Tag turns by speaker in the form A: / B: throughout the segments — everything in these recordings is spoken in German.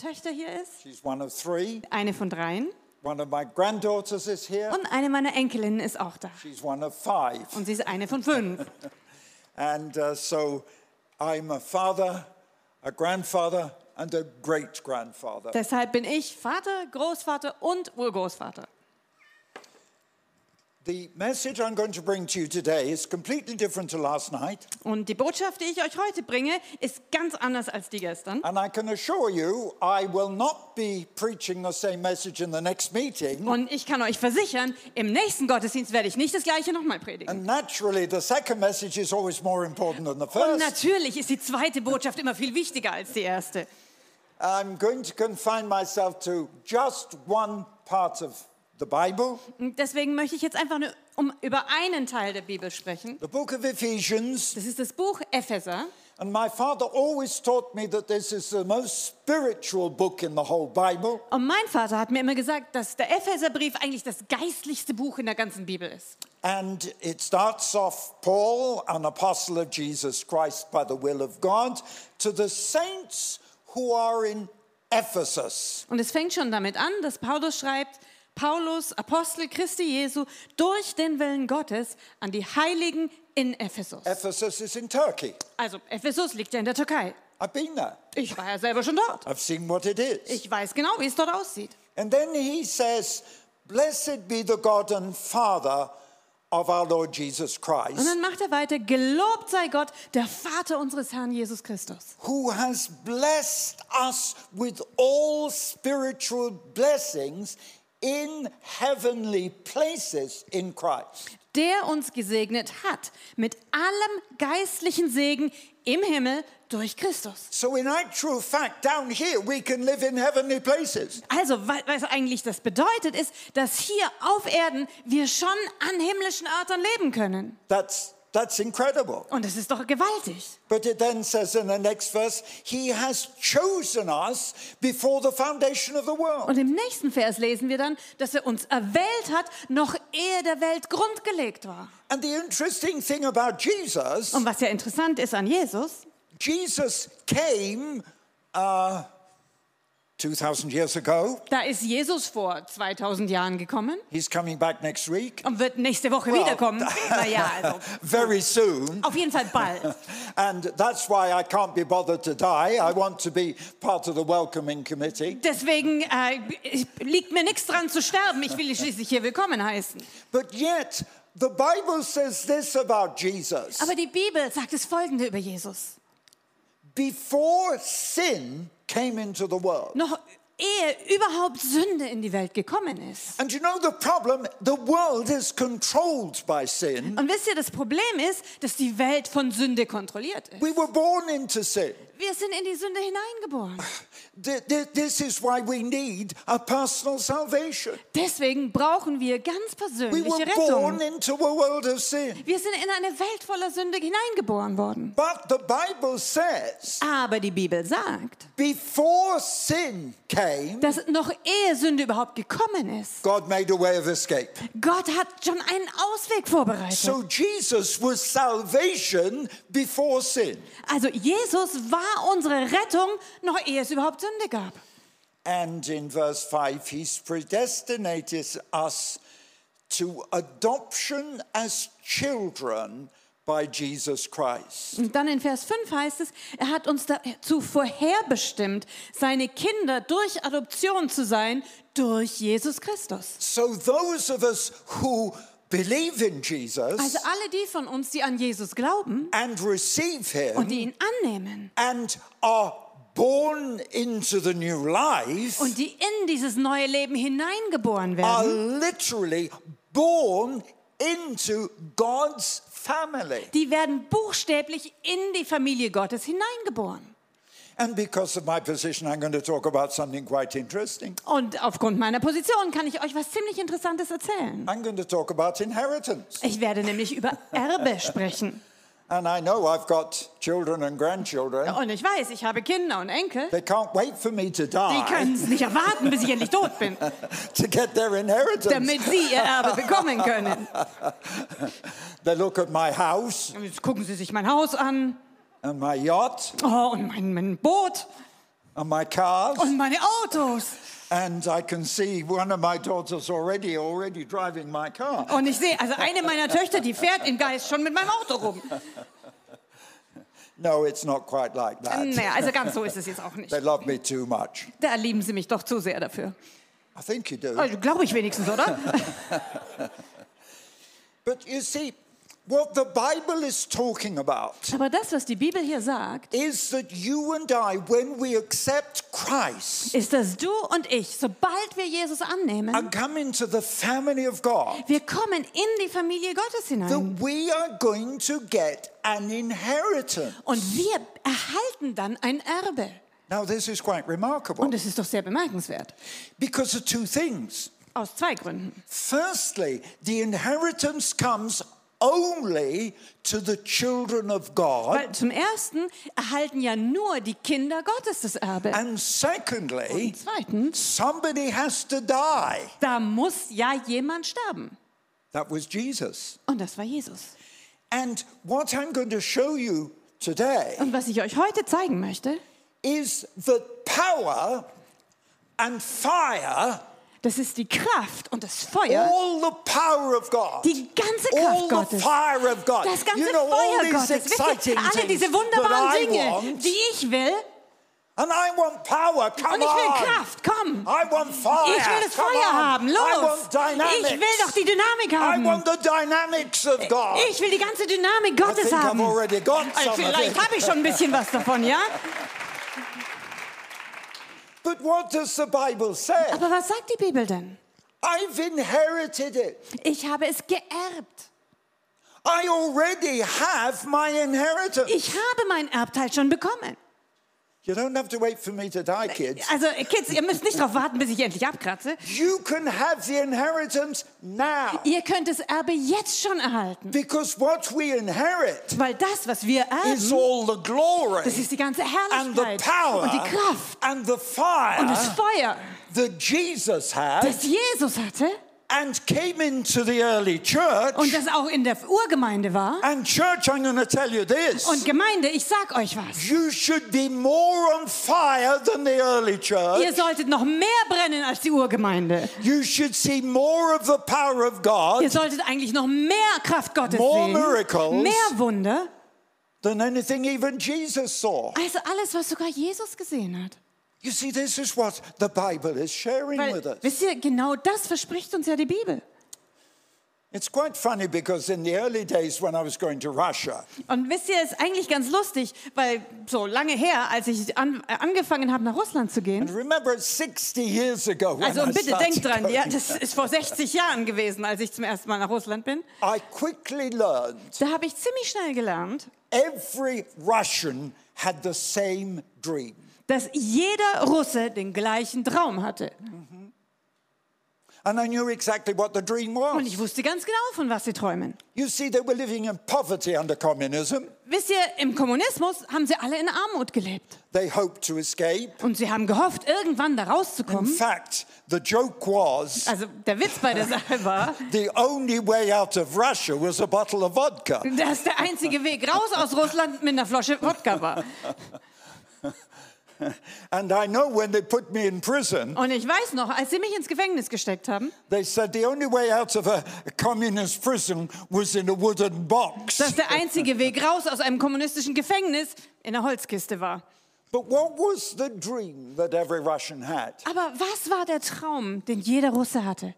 A: Töchter hier ist,
B: She's one of three.
A: eine von dreien.
B: One of my granddaughters is here.
A: Und eine meiner Enkelinnen ist auch da.
B: She's one of five.
A: Und sie ist eine von fünf.
B: And uh, so I'm a father, a grandfather, and a great grandfather.
A: Deshalb bin ich Vater, Großvater und Urgroßvater.
B: The message I'm going to bring to you today is completely different to last night.
A: Und die Botschaft, die ich euch heute bringe, ist ganz anders als die gestern.
B: And I can assure you, I will not be preaching the same message in the next meeting.
A: Und ich kann euch versichern, im nächsten Gottesdienst werde ich nicht das gleiche nochmal predigen.
B: And naturally, the second message is always more important than the
A: Und
B: first.
A: natürlich ist die zweite Botschaft immer viel wichtiger als die erste.
B: I'm going to confine myself to just one part of the Bible.
A: Und deswegen möchte ich jetzt einfach nur um, über einen Teil der Bibel sprechen.
B: The book of Ephesians,
A: Das ist das Buch Epheser.
B: and my father always taught me that this is the most spiritual book in the whole Bible.
A: Und mein Vater hat mir immer gesagt, dass der Epheserbrief eigentlich das geistlichste Buch in der ganzen Bibel ist.
B: And it starts off Paul, an apostle of Jesus Christ by the will of God, to the saints who are in Ephesus.
A: Und es fängt schon damit an, dass Paulus schreibt, Paulus, Apostel Christi Jesu, durch den Willen Gottes an die Heiligen in Ephesus.
B: Ephesus is in Turkey.
A: Also Ephesus liegt ja in der Türkei.
B: I've been there.
A: Ich war ja selber schon dort.
B: I've seen what it is.
A: Ich weiß genau, wie es dort aussieht.
B: And then he says, Blessed be the God and Father of our Lord Jesus
A: Und
B: Christ,
A: dann macht er weiter, gelobt sei Gott, der Vater unseres Herrn Jesus Christus,
B: who has blessed us with all spiritual blessings in heavenly places in Christ.
A: der uns gesegnet hat mit allem geistlichen Segen im Himmel durch Christus.
B: So, in actual fact, down here, we can live in heavenly places.
A: Also, wa- was eigentlich das bedeutet, ist, dass hier auf Erden wir schon an himmlischen Örtern leben können.
B: That's, that's incredible.
A: Und das ist doch gewaltig.
B: But it then says in the next verse, He has chosen us before the foundation of the world.
A: Und im nächsten Vers lesen wir dann, dass er uns erwählt hat, noch ehe der Welt Grund gelegt war.
B: And the interesting thing about Jesus,
A: Und was ja interessant ist an Jesus,
B: Jesus came uh, 2,000 years ago.
A: da ist Jesus vor 2000 Jahren gekommen
B: He's coming back next week,
A: und wird nächste Woche
B: Wow.
A: wiederkommen. Naja, also
B: very soon.
A: auf jeden Fall bald.
B: And that's why I can't be bothered to die. I want to be part of the welcoming committee.
A: Deswegen äh, ich- liegt mir nichts dran zu sterben. Ich will dich schließlich hier willkommen heißen.
B: But yet, the Bible says this about Jesus
A: Aber die Bibel sagt das Folgende über Jesus.
B: before sin came into the world.
A: Noch ehe überhaupt Sünde in die Welt gekommen ist.
B: And you know the problem? The world is controlled by sin.
A: Und wisst ihr, das Problem ist, dass die Welt von Sünde kontrolliert ist.
B: We were born into sin.
A: Wir sind in die Sünde hineingeboren.
B: Th- th- This is why we need a personal salvation.
A: Deswegen brauchen wir ganz
B: We
A: persönliche
B: were born
A: Rettung.
B: into a world of sin.
A: Wir sind in eine Welt voller Sünde hineingeboren worden.
B: But the Bible says
A: Aber die Bibel sagt,
B: before sin came,
A: dass noch ehe Sünde überhaupt gekommen ist,
B: God made a way of escape.
A: Gott hat schon einen Ausweg vorbereitet.
B: So Jesus was salvation before sin.
A: Also Jesus war unsere Rettung, noch ehe es überhaupt Sünde gab.
B: And in verse 5, he's predestinated us to adoption as children by Jesus Christ.
A: Und dann in Vers 5 heißt es, er hat uns dazu vorherbestimmt, seine Kinder durch Adoption zu sein, durch Jesus Christus.
B: So, those of us who believe in
A: Also
B: Jesus
A: alle die von uns, die an Jesus glauben
B: and receive
A: und
B: him
A: die ihn annehmen
B: and are born into the new life
A: und die in dieses neue Leben hineingeboren
B: are
A: werden,
B: literally born into God's family.
A: die werden buchstäblich in die Familie Gottes hineingeboren.
B: And because of my position, I'm going to talk about something quite interesting.
A: Und aufgrund meiner Position kann ich euch was ziemlich Interessantes erzählen.
B: I'm going to talk about inheritance.
A: Ich werde nämlich über Erbe sprechen.
B: And I know I've got children and grandchildren.
A: Und ich weiß, ich habe Kinder und Enkel.
B: They can't wait for me to
A: Die
B: die
A: können es nicht erwarten, bis ich endlich tot bin,
B: to get their inheritance.
A: damit sie ihr Erbe bekommen können.
B: They look at my house
A: Und Jetzt gucken sie sich mein Haus an
B: and my yacht
A: oh, und mein, mein Boot
B: and my cars.
A: und meine Autos.
B: And I can see one of my daughters already already driving my car.
A: Und ich sehe, also eine meiner Töchter, die fährt im Geist schon mit meinem Auto rum.
B: No, it's not quite like that.
A: Naja, also ganz so ist es jetzt auch nicht.
B: They love me too much.
A: Da lieben sie mich doch zu sehr dafür.
B: I think you do.
A: Also, Glaube ich wenigstens, oder?
B: But you see, what the Bible is talking about
A: Aber das, was die Bibel hier sagt,
B: is that you and I, when we accept Christ
A: ist, dass du und ich, sobald wir Jesus annehmen,
B: and come into the family of God,
A: wir kommen in die Familie Gottes
B: that
A: hinein.
B: we are going to get an inheritance.
A: Und wir erhalten dann ein Erbe.
B: Now, this is quite
A: Und
B: remarkable
A: das ist doch sehr bemerkenswert.
B: because of two things.
A: Aus zwei Gründen.
B: Firstly, the inheritance comes only to the children of God.
A: Weil zum Ersten erhalten ja nur die Kinder Gottes das Erbe.
B: And secondly,
A: Und zweitens,
B: somebody has to die.
A: da muss ja jemand sterben.
B: That was Jesus.
A: Und das war Jesus.
B: And what I'm going to show you today
A: Und was ich euch heute zeigen möchte,
B: is that power and fire,
A: das ist die Kraft und das Feuer,
B: all the power of God,
A: die ganze
B: Oh, all
A: Kraft
B: the
A: Gottes.
B: fire of God.
A: Das ganze
B: you know, all
A: Feuer
B: these
A: Gottes. Wisst
B: exciting
A: ihr, alle
B: things
A: diese
B: that I
A: wunderbaren Dinge,
B: want,
A: die ich will.
B: and I want power.
A: Und
B: Come
A: ich
B: on.
A: will Kraft, komm.
B: I want fire.
A: Ich will das
B: Come
A: Feuer
B: on.
A: haben,
B: I
A: los.
B: want dynamics.
A: Ich will doch die Dynamik
B: I want
A: haben.
B: the dynamics of God.
A: Ich will die ganze Dynamik
B: I think
A: Gottes
B: I've
A: haben.
B: already got
A: Also
B: some of
A: vielleicht
B: it.
A: habe ich schon ein bisschen was davon, ja?
B: But what does the Bible say?
A: Aber was sagt die Bibel denn?
B: I've inherited it.
A: Ich habe es geerbt.
B: I already have my inheritance.
A: Ich habe meinen Erbteil schon bekommen.
B: You don't have to wait for me to die, kids.
A: Also, Kids, ihr müsst nicht darauf warten, bis ich endlich abkratze.
B: You can have the inheritance now.
A: Ihr könnt das Erbe jetzt schon erhalten.
B: Because what we inherit
A: Weil das, was wir
B: is
A: erben,
B: all the glory
A: das ist die ganze
B: and the
A: Herrlichkeit
B: power
A: und die Kraft
B: and the
A: und das
B: fire
A: Feuer,
B: that Jesus
A: das
B: had
A: Jesus hatte
B: and came into the early church.
A: und das auch in der Urgemeinde war.
B: And, church, I'm going to tell you
A: Und
B: this.
A: Gemeinde, ich sag euch was.
B: You should be more on fire than the early church.
A: Ihr solltet noch mehr brennen als die Urgemeinde.
B: You should see more of the power of God
A: Ihr solltet eigentlich noch mehr Kraft Gottes
B: More
A: sehen,
B: miracles.
A: mehr Wunder,
B: than anything even Jesus saw.
A: als Also alles, was sogar Jesus gesehen hat.
B: You see, this is what the Bible is sharing
A: Weil,
B: with us.
A: wisst ihr, genau das verspricht uns ja die Bibel.
B: It's quite funny because in the early days when I was going to Russia,
A: Und wisst ihr, ist eigentlich ganz lustig, weil so lange her, als ich an, äh, angefangen habe, nach Russland zu
B: and
A: gehen.
B: remember it's 60 years ago when
A: Also
B: I
A: und bitte
B: started
A: denkt dran,
B: going,
A: ja, das ist vor 60 Jahren gewesen, als ich zum ersten Mal nach Russland bin.
B: I quickly learned
A: Da habe ich ziemlich schnell gelernt,
B: every Russian had the same dream.
A: dass jeder Russe den gleichen Traum hatte.
B: And I knew exactly what the dream
A: Und ich
B: was.
A: wusste ganz genau, von was sie träumen.
B: You see, they were living in poverty under communism.
A: Wisst ihr, im Kommunismus haben sie alle in Armut gelebt.
B: They hoped to escape.
A: Und sie haben gehofft, irgendwann da
B: In
A: rauszukommen.
B: fact, the joke was
A: Also der Witz bei der Sache war,
B: The only way out of Russia was a bottle of vodka.
A: dass der einzige Weg raus aus Russland mit einer Flasche Wodka war.
B: And I know when they put me in prison,
A: Und ich weiß noch, als sie mich ins Gefängnis gesteckt haben,
B: they said the only way out of a communist prison was in a wooden box.
A: dass der einzige Weg raus aus einem kommunistischen Gefängnis in einer Holzkiste war.
B: But what was the dream that every Russian had?
A: Aber was war der Traum, den jeder Russe hatte?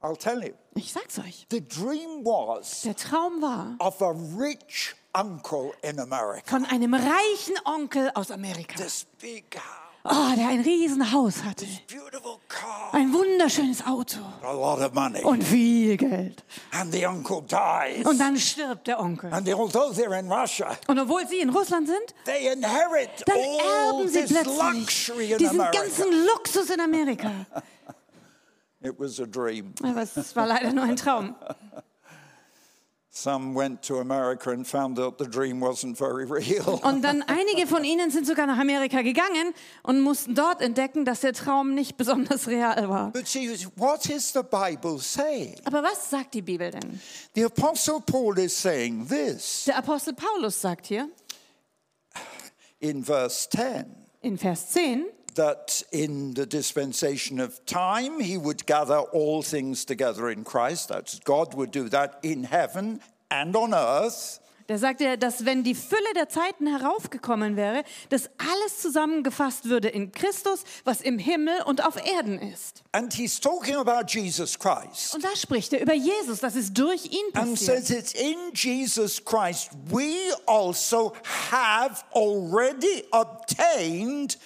B: I'll tell you.
A: Ich sag's euch.
B: The dream was
A: Der Traum war
B: of a rich uncle in America.
A: von einem reichen Onkel aus Amerika.
B: This big house,
A: Oh, der ein Riesenhaus hatte,
B: beautiful car,
A: ein wunderschönes Auto
B: a lot of money.
A: und viel Geld.
B: And the uncle dies.
A: Und dann stirbt der Onkel.
B: And although they're in Russia,
A: Und obwohl sie in Russland sind,
B: they inherit
A: dann
B: all
A: erben sie
B: this luxury
A: plötzlich
B: in
A: diesen
B: America.
A: ganzen Luxus in Amerika.
B: It was a dream.
A: Aber es war leider nur ein Traum.
B: Some went to America and found out the dream wasn't very real.
A: Und dann einige von ihnen sind sogar nach Amerika gegangen und mussten dort entdecken, dass der Traum nicht besonders real war.
B: But see, what is the Bible saying?
A: Aber was sagt die Bibel denn?
B: The Apostle Paul is saying this
A: Der Apostel Paulus sagt hier
B: in verse 10
A: in Vers 10,
B: that in the dispensation of time he would gather all things together in Christ. That's God would do that in heaven and on earth.
A: da sagt er, dass wenn die Fülle der Zeiten heraufgekommen wäre, dass alles zusammengefasst würde in Christus, was im Himmel und auf Erden ist.
B: And he's talking about Jesus Christ
A: Und da spricht er über Jesus, das ist durch ihn
B: and
A: passiert.
B: says it's in Jesus Christ we also have already obtained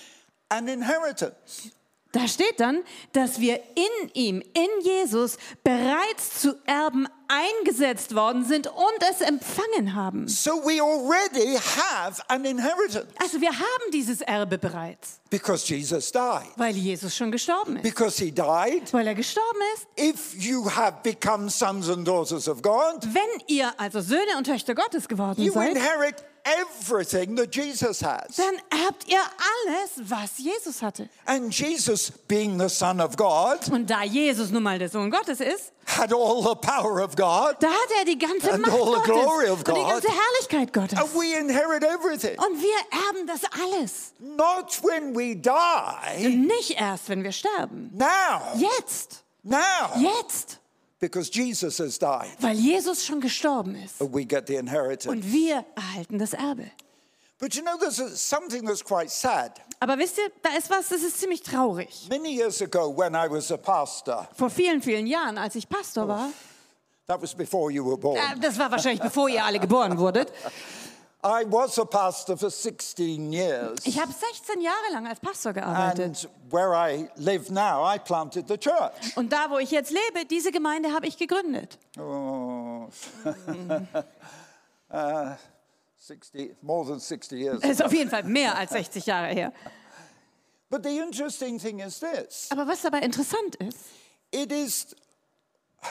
B: an inheritance.
A: Da steht dann, dass wir in ihm, in Jesus, bereits zu Erben eingesetzt worden sind und es empfangen haben.
B: So we already have an inheritance
A: Also wir haben dieses Erbe bereits,
B: because Jesus died.
A: weil Jesus schon gestorben ist.
B: Because he died,
A: Weil er gestorben ist.
B: if you have become sons and daughters of God,
A: Wenn ihr also Söhne und Töchter Gottes geworden
B: you
A: seid,
B: inherit everything that Jesus has.
A: dann erbt ihr alles, was Jesus hatte.
B: And Jesus, being the Son of God,
A: Und da Jesus nun mal der Sohn Gottes ist,
B: had all the power of God,
A: da hat er die ganze
B: And
A: Macht
B: all the
A: Gottes
B: glory of
A: und die
B: God. Oh.
A: ganze Herrlichkeit Gottes.
B: and we inherit everything.
A: Und wir erben das alles.
B: Not when we die,
A: Nicht erst, wenn wir sterben.
B: now,
A: Jetzt.
B: now,
A: Jetzt.
B: because Jesus has died,
A: Weil Jesus schon gestorben ist.
B: we get the inheritance.
A: Und wir erhalten das Erbe.
B: But you know, there's a- something that's quite sad.
A: Aber wisst ihr, da ist was, das ist ziemlich traurig.
B: Many years ago, when I was a pastor,
A: Vor vielen, vielen Jahren, als ich Pastor war,
B: that was before you were born.
A: äh, das war wahrscheinlich bevor ihr alle geboren wurdet,
B: I was a pastor for 16 years.
A: ich habe 16 Jahre lang als Pastor gearbeitet.
B: And where I live now, I planted the church.
A: Und da, wo ich jetzt lebe, diese Gemeinde habe ich gegründet.
B: Oh. Uh, 60, more than 60 years.
A: Das ist auf jeden Fall mehr als 60 Jahre her.
B: But the interesting thing is this
A: Aber was dabei interessant ist,
B: it is,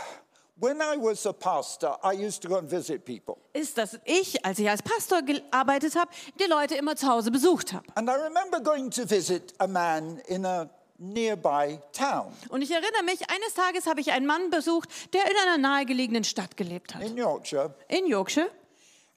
B: when I was a pastor, I used to go and visit people.
A: ist, dass ich, als ich als Pastor gearbeitet habe, die Leute immer zu Hause besucht habe.
B: And I remember going to visit a man in a nearby town
A: Und ich erinnere mich, eines Tages habe ich einen Mann besucht, der in einer nahegelegenen Stadt gelebt hat.
B: in Yorkshire.
A: In Yorkshire.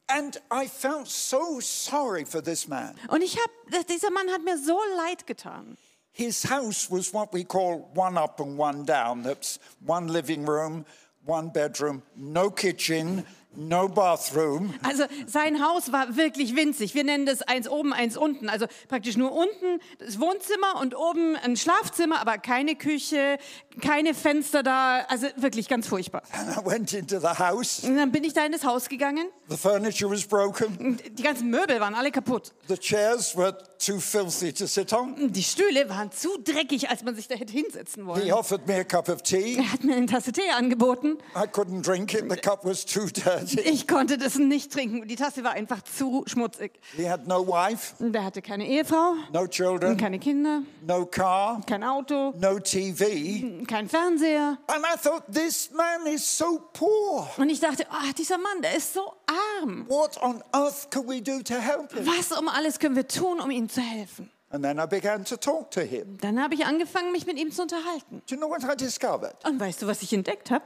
B: And I felt so sorry for this man.
A: Und ich habe, dieser Mann hat mir so leid getan.
B: His house was what we call one up and one down. That's one living room, one bedroom, no kitchen, no bathroom.
A: Also sein Haus war wirklich winzig. Wir nennen das eins oben, eins unten. Also praktisch nur unten das Wohnzimmer und oben ein Schlafzimmer, aber keine Küche, keine Fenster da. Also wirklich ganz furchtbar.
B: And I went into the house.
A: Und dann bin ich da in das Haus gegangen
B: The furniture was broken.
A: und die ganzen Möbel waren alle kaputt.
B: The chairs were too filthy to sit on.
A: Die Stühle waren zu dreckig, als man sich da hätte hinsetzen
B: He
A: wollen.
B: offered me a cup of tea.
A: Er hat mir eine Tasse Tee angeboten.
B: I couldn't drink it. The cup was too dirty.
A: Ich konnte das nicht trinken. Die Tasse war einfach zu schmutzig.
B: He had no wife,
A: Und er hatte keine Ehefrau,
B: no children,
A: keine Kinder,
B: no car,
A: kein Auto,
B: no TV.
A: kein Fernseher.
B: And I thought, this man is so poor.
A: Und ich dachte, ah, dieser Mann, der ist so arm.
B: What on earth could we do to help him?
A: Was um alles können wir tun, um ihm zu helfen?
B: And then I began to talk to him.
A: Dann habe ich angefangen, mich mit ihm zu unterhalten.
B: Do you know what I discovered?
A: Und weißt du, was ich entdeckt habe?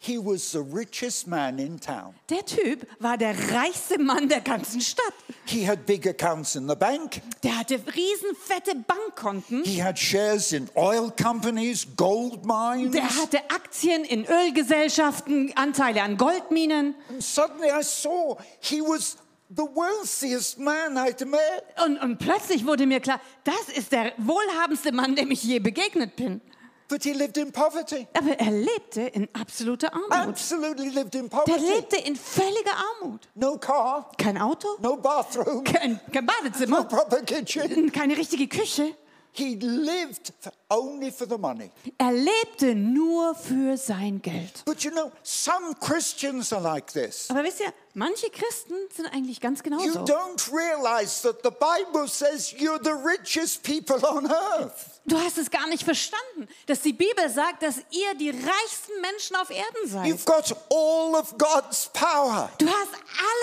B: He was the richest man in town.
A: Der Typ war der reichste Mann der ganzen Stadt.
B: He had big accounts in the bank.
A: Der hatte riesenfette Bankkonten.
B: He had shares in oil companies, gold mines.
A: Der hatte Aktien in Ölgesellschaften, Anteile an Goldminen.
B: And suddenly I saw he was the wealthiest man I'd met.
A: Und, und plötzlich wurde mir klar, das ist der wohlhabendste Mann, dem ich je begegnet bin.
B: But he lived in poverty.
A: Aber er lebte in absoluter Armut.
B: Absolutely lived in
A: Der
B: poverty.
A: lebte in völliger Armut.
B: No car,
A: Kein Auto,
B: no bathroom,
A: kein, kein
B: no
A: Badezimmer,
B: proper kitchen.
A: keine richtige Küche.
B: He lived for- only for the money.
A: Er lebte nur für sein Geld.
B: But you know, some Christians are like this.
A: Aber wisst ihr, manche Christen sind eigentlich ganz genau
B: You
A: genauso.
B: don't realize that the Bible says you're the richest people on earth.
A: Du hast es gar nicht verstanden, dass die Bibel sagt, dass ihr die reichsten Menschen auf Erden seid.
B: You've got all of God's power,
A: Du hast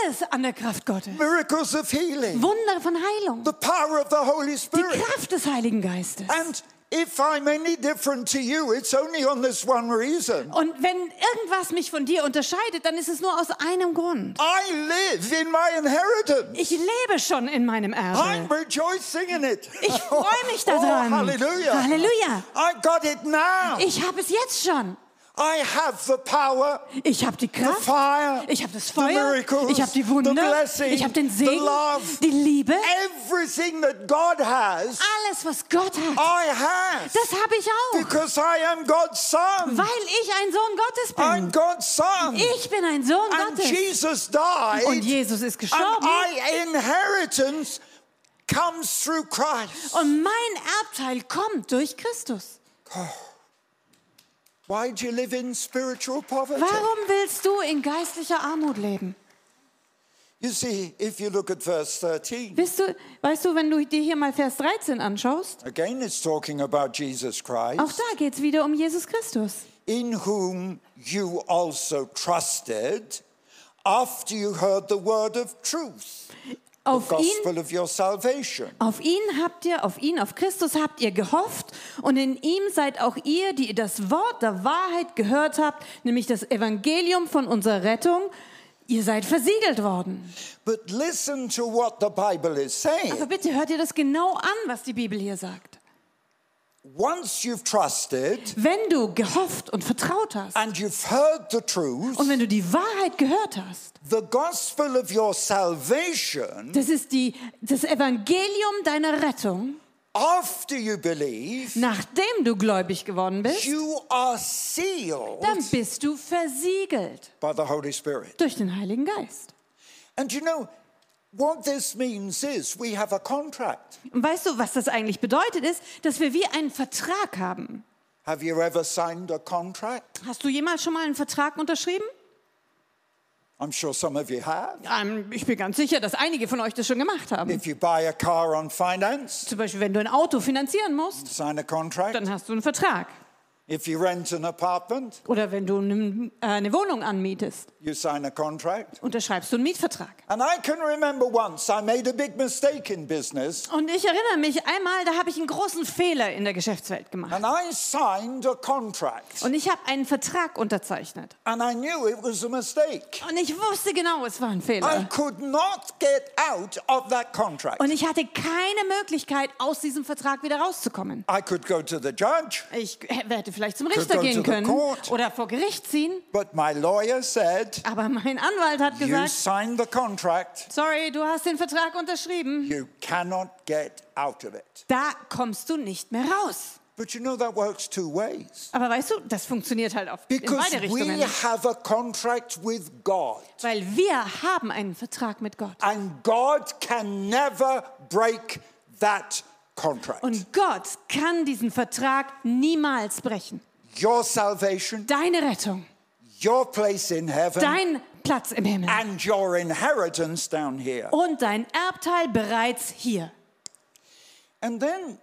A: alles an der Kraft Gottes.
B: miracles of healing,
A: Wunder von Heilung.
B: the power of the Holy
A: Die
B: Spirit.
A: Kraft des Heiligen Geistes.
B: And If I'm any different to you, it's only on this one reason.
A: Und wenn irgendwas mich von dir unterscheidet, dann ist es nur aus einem Grund.
B: I live in my inheritance.
A: Ich lebe schon in meinem Erbe.
B: I'm rejoicing in it.
A: Ich freue mich
B: Oh,
A: daran.
B: hallelujah.
A: Halleluja.
B: I got it now.
A: Ich habe es jetzt schon.
B: I have the power,
A: Ich habe die
B: the
A: Kraft.
B: fire,
A: Ich habe das
B: the
A: Feuer.
B: miracles,
A: Ich habe die
B: the
A: Wunder.
B: blessing,
A: Ich habe den
B: the
A: Segen,
B: love,
A: die Liebe.
B: everything that God has,
A: Alles, was Gott hat,
B: I have.
A: das habe ich auch.
B: Because I am God's son.
A: Weil ich ein Sohn
B: I'm
A: Gottes
B: God's son.
A: bin. Ich bin ein Sohn
B: And
A: Gottes.
B: Jesus died.
A: Und Jesus ist
B: And
A: gestorben.
B: my inheritance comes through Christ.
A: Und mein Erbteil kommt durch Christus.
B: Why do you live in spiritual poverty?
A: Warum willst du in geistlicher Armut leben?
B: You see, if you look at verse 13,
A: Bist du, weißt du, wenn du dir hier mal Vers 13 anschaust,
B: again it's talking about Jesus Christ,
A: auch da geht es wieder um Jesus Christus.
B: in whom you also trusted after you heard the word of truth,
A: Auf ihn,
B: gospel of your salvation.
A: auf ihn habt ihr, auf ihn, auf Christus habt ihr gehofft und in ihm seid auch ihr, die ihr das Wort der Wahrheit gehört habt, nämlich das Evangelium von unserer Rettung. Ihr seid versiegelt worden.
B: But listen to what the Bible is
A: Aber
B: saying.
A: bitte hört ihr das genau an, was die Bibel hier sagt.
B: Once you've trusted
A: Wenn du gehofft und vertraut hast
B: and you've heard the truth,
A: und wenn du die Wahrheit gehört hast,
B: the gospel of your salvation,
A: Das ist die, das Evangelium deiner Rettung.
B: after you believe,
A: Nachdem du gläubig geworden bist,
B: you are sealed
A: dann bist du versiegelt
B: by the Holy Spirit.
A: durch den Heiligen Geist.
B: And you know, what this means is we have a contract.
A: Und weißt du, was das eigentlich bedeutet ist, dass wir wie einen Vertrag haben.
B: Have you ever signed a contract?
A: Hast du jemals schon mal einen Vertrag unterschrieben?
B: I'm sure some of you have.
A: Ähm, ich bin ganz sicher, dass einige von euch das schon gemacht haben.
B: If you buy a car on finance,
A: Zum Beispiel, wenn du ein Auto finanzieren musst,
B: sign a contract.
A: dann hast du einen Vertrag.
B: If you rent an apartment,
A: Oder wenn du ne- äh, eine Wohnung anmietest,
B: you sign a contract.
A: unterschreibst du einen Mietvertrag.
B: And I can remember once I made a big mistake in business
A: Und ich erinnere mich einmal, da habe ich einen großen Fehler in der Geschäftswelt gemacht.
B: and I signed a contract
A: Und ich habe einen Vertrag unterzeichnet.
B: and I knew it was a mistake.
A: Und ich wusste genau, es war ein
B: I
A: Fehler.
B: could not get out of that contract.
A: Und ich hatte keine Möglichkeit, aus diesem Vertrag wieder rauszukommen.
B: I could go to the judge,
A: Ich h- hätte vielleicht zum
B: go
A: Richter
B: to
A: gehen
B: the
A: können
B: court.
A: oder vor Gericht ziehen.
B: but my lawyer said,
A: Aber mein Anwalt hat
B: You
A: gesagt,
B: signed the contract,
A: sorry, du hast den Vertrag unterschrieben.
B: you cannot get out of it.
A: Da kommst du nicht mehr raus.
B: But you know, that works two ways.
A: Aber weißt du, das funktioniert halt auf in
B: Because
A: beide
B: we
A: Richtungen.
B: have a contract with God,
A: Weil wir haben einen Vertrag mit Gott.
B: and God can never break that contract.
A: Und Gott kann diesen Vertrag niemals brechen.
B: Your salvation,
A: Deine Rettung,
B: your place in heaven,
A: dein Platz im Himmel.
B: and your inheritance down here.
A: und dein Erbteil bereits hier.
B: And then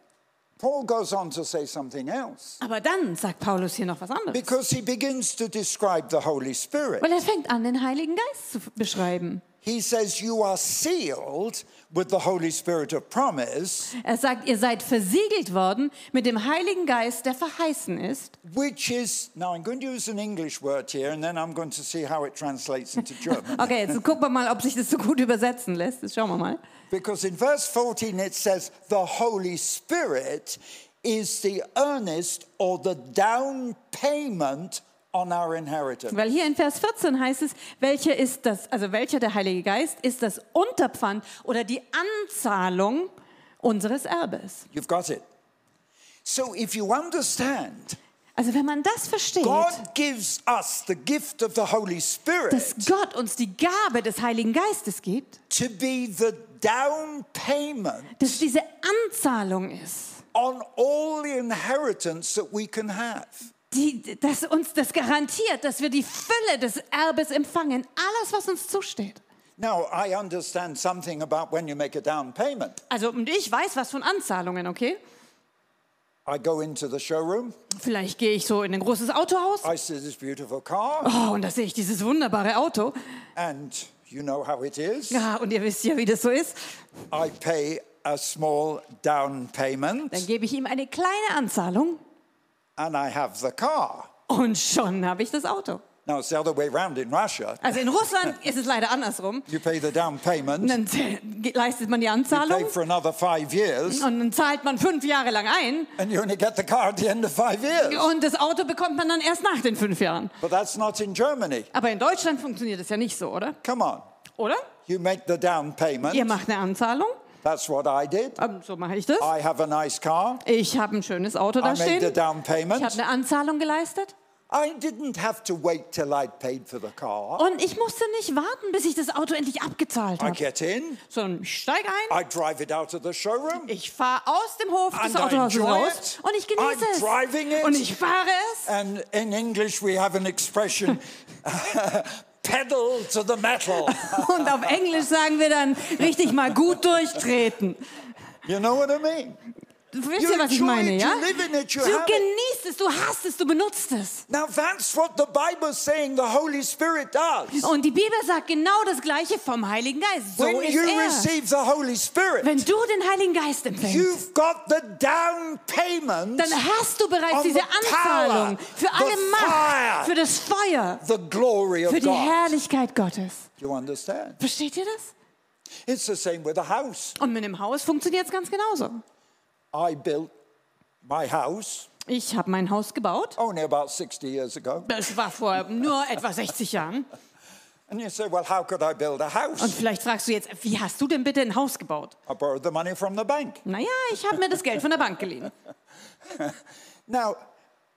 B: Paul goes on to say something else.
A: Aber dann sagt Paulus hier noch was anderes.
B: Because he begins to describe the Holy Spirit.
A: Weil er fängt an, den Heiligen Geist zu f- beschreiben.
B: He says, You are sealed with the Holy Spirit of promise,
A: Er sagt, ihr seid versiegelt worden mit dem Heiligen Geist, der verheißen ist.
B: which is, now I'm going to use an English word here and then I'm going to see how it translates into German.
A: Okay, jetzt gucken wir mal, ob sich das so gut übersetzen lässt. Das schauen wir mal.
B: because in verse 14 it says, The Holy Spirit is the earnest or the down payment on our inheritance.
A: Weil hier in Vers 14 heißt es, welcher ist das, also welcher der Heilige Geist ist das Unterpfand oder die Anzahlung unseres Erbes.
B: You've got it. So if you understand,
A: Also wenn man das versteht,
B: God gives us the gift of the Holy Spirit
A: dass Gott uns die Gabe des Heiligen Geistes gibt,
B: to be the down payment
A: dass diese Anzahlung ist,
B: on all the inheritance that we can have.
A: die, dass uns das garantiert, dass wir die Fülle des Erbes empfangen, alles, was uns zusteht.
B: Now, I understand something about when you make a down payment.
A: Also, und ich weiß was von Anzahlungen, okay?
B: I go into the showroom,
A: Vielleicht gehe ich so in ein großes Autohaus.
B: I see this beautiful car,
A: Oh, und da sehe ich dieses wunderbare Auto.
B: and you know how it is.
A: Ja, und ihr wisst ja, wie das so ist.
B: I pay a small down payment
A: Dann gebe ich ihm eine kleine Anzahlung
B: and I have the car.
A: und schon habe ich das Auto.
B: Now, it's the other way round in Russia.
A: Also in Russland ist es leider andersrum.
B: You pay the down payment,
A: Dann z- leistet man die
B: pay
A: Anzahlung
B: for another five years,
A: und dann zahlt man fünf Jahre lang ein
B: and you only get the car at the end of five years.
A: und das Auto bekommt man dann erst nach den fünf Jahren.
B: But that's not in Germany.
A: Aber in Deutschland funktioniert das ja nicht so, oder?
B: Come on.
A: Oder?
B: You make the down
A: Ihr
B: payment.
A: macht eine Anzahlung,
B: That's what I did.
A: ähm, so mache ich das.
B: I have a nice car.
A: Ich habe ein schönes Auto
B: I
A: da
B: made the
A: stehen.
B: down
A: Ich habe
B: payment.
A: eine Anzahlung geleistet
B: I didn't have to wait till I'd paid for the car.
A: und ich musste nicht warten, bis ich das Auto endlich abgezahlt
B: I
A: habe,
B: get in,
A: sondern ich steige ein,
B: I drive it out of the showroom,
A: ich fahre aus dem Hof des
B: And I
A: Autohauses
B: enjoy
A: raus
B: it.
A: und ich
B: I'm driving
A: genieße
B: it.
A: es und ich fahre es
B: and in English we have an expression pedal to the metal.
A: und auf Englisch sagen wir dann richtig mal gut durchtreten.
B: You know what I mean?
A: Wisst
B: You
A: ihr, was ich
B: enjoy
A: meine,
B: it,
A: ja?
B: you live in it,
A: Du
B: you have it.
A: genießt es, du hast es, du benutzt es.
B: Now that's what the Bible's saying the Holy Spirit does.
A: Und die Bibel sagt genau das Gleiche vom Heiligen Geist. So
B: When
A: ist
B: you
A: er.
B: receive the Holy Spirit,
A: Wenn du den Heiligen Geist empfängst,
B: you've got the down payment,
A: dann hast du bereits
B: on
A: diese
B: the power,
A: Anzahlung für alle
B: the fire.
A: Macht, für das Feuer,
B: the glory
A: für
B: of
A: die
B: God.
A: Herrlichkeit Gottes.
B: Do you understand?
A: Versteht ihr das?
B: It's the same with a house.
A: Und mit dem Haus funktioniert es ganz genauso.
B: I built my house
A: Ich habe mein Haus gebaut.
B: only about 60 years ago.
A: Das war vor nur etwa 60 Jahren.
B: And you say, well, how could I build a
A: Und
B: house?
A: vielleicht fragst du jetzt, wie hast du denn bitte ein Haus gebaut?
B: I borrowed the money from the bank.
A: Naja, ich habe mir das Geld von der Bank geliehen.
B: Now,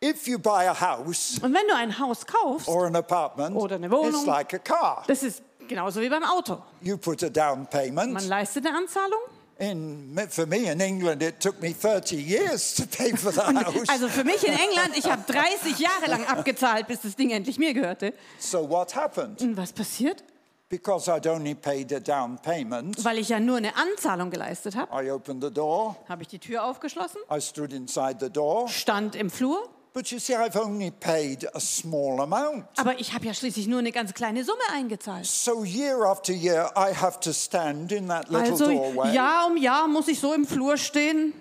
B: if you buy a house
A: Und wenn du ein Haus kaufst,
B: or an apartment,
A: Oder eine Wohnung.
B: it's like a car.
A: das ist genauso wie beim Auto.
B: You put a down
A: Man
B: payment.
A: leistet eine Anzahlung.
B: In, for me in England, it took me 30 years to pay for the house.
A: Also für mich in England, ich habe 30 Jahre lang abgezahlt, bis das Ding endlich mir gehörte.
B: So what happened?
A: Und was passiert?
B: Because I'd only paid a down payment,
A: Weil ich ja nur eine Anzahlung geleistet habe,
B: I opened the door,
A: habe ich die Tür aufgeschlossen,
B: I stood inside the door.
A: stand im Flur.
B: But you see, I've only paid a small amount.
A: Aber ich habe ja schließlich nur eine ganz kleine Summe eingezahlt.
B: So year after year, I have to stand in that little
A: Also
B: doorway.
A: Jahr um Jahr muss ich so im Flur stehen.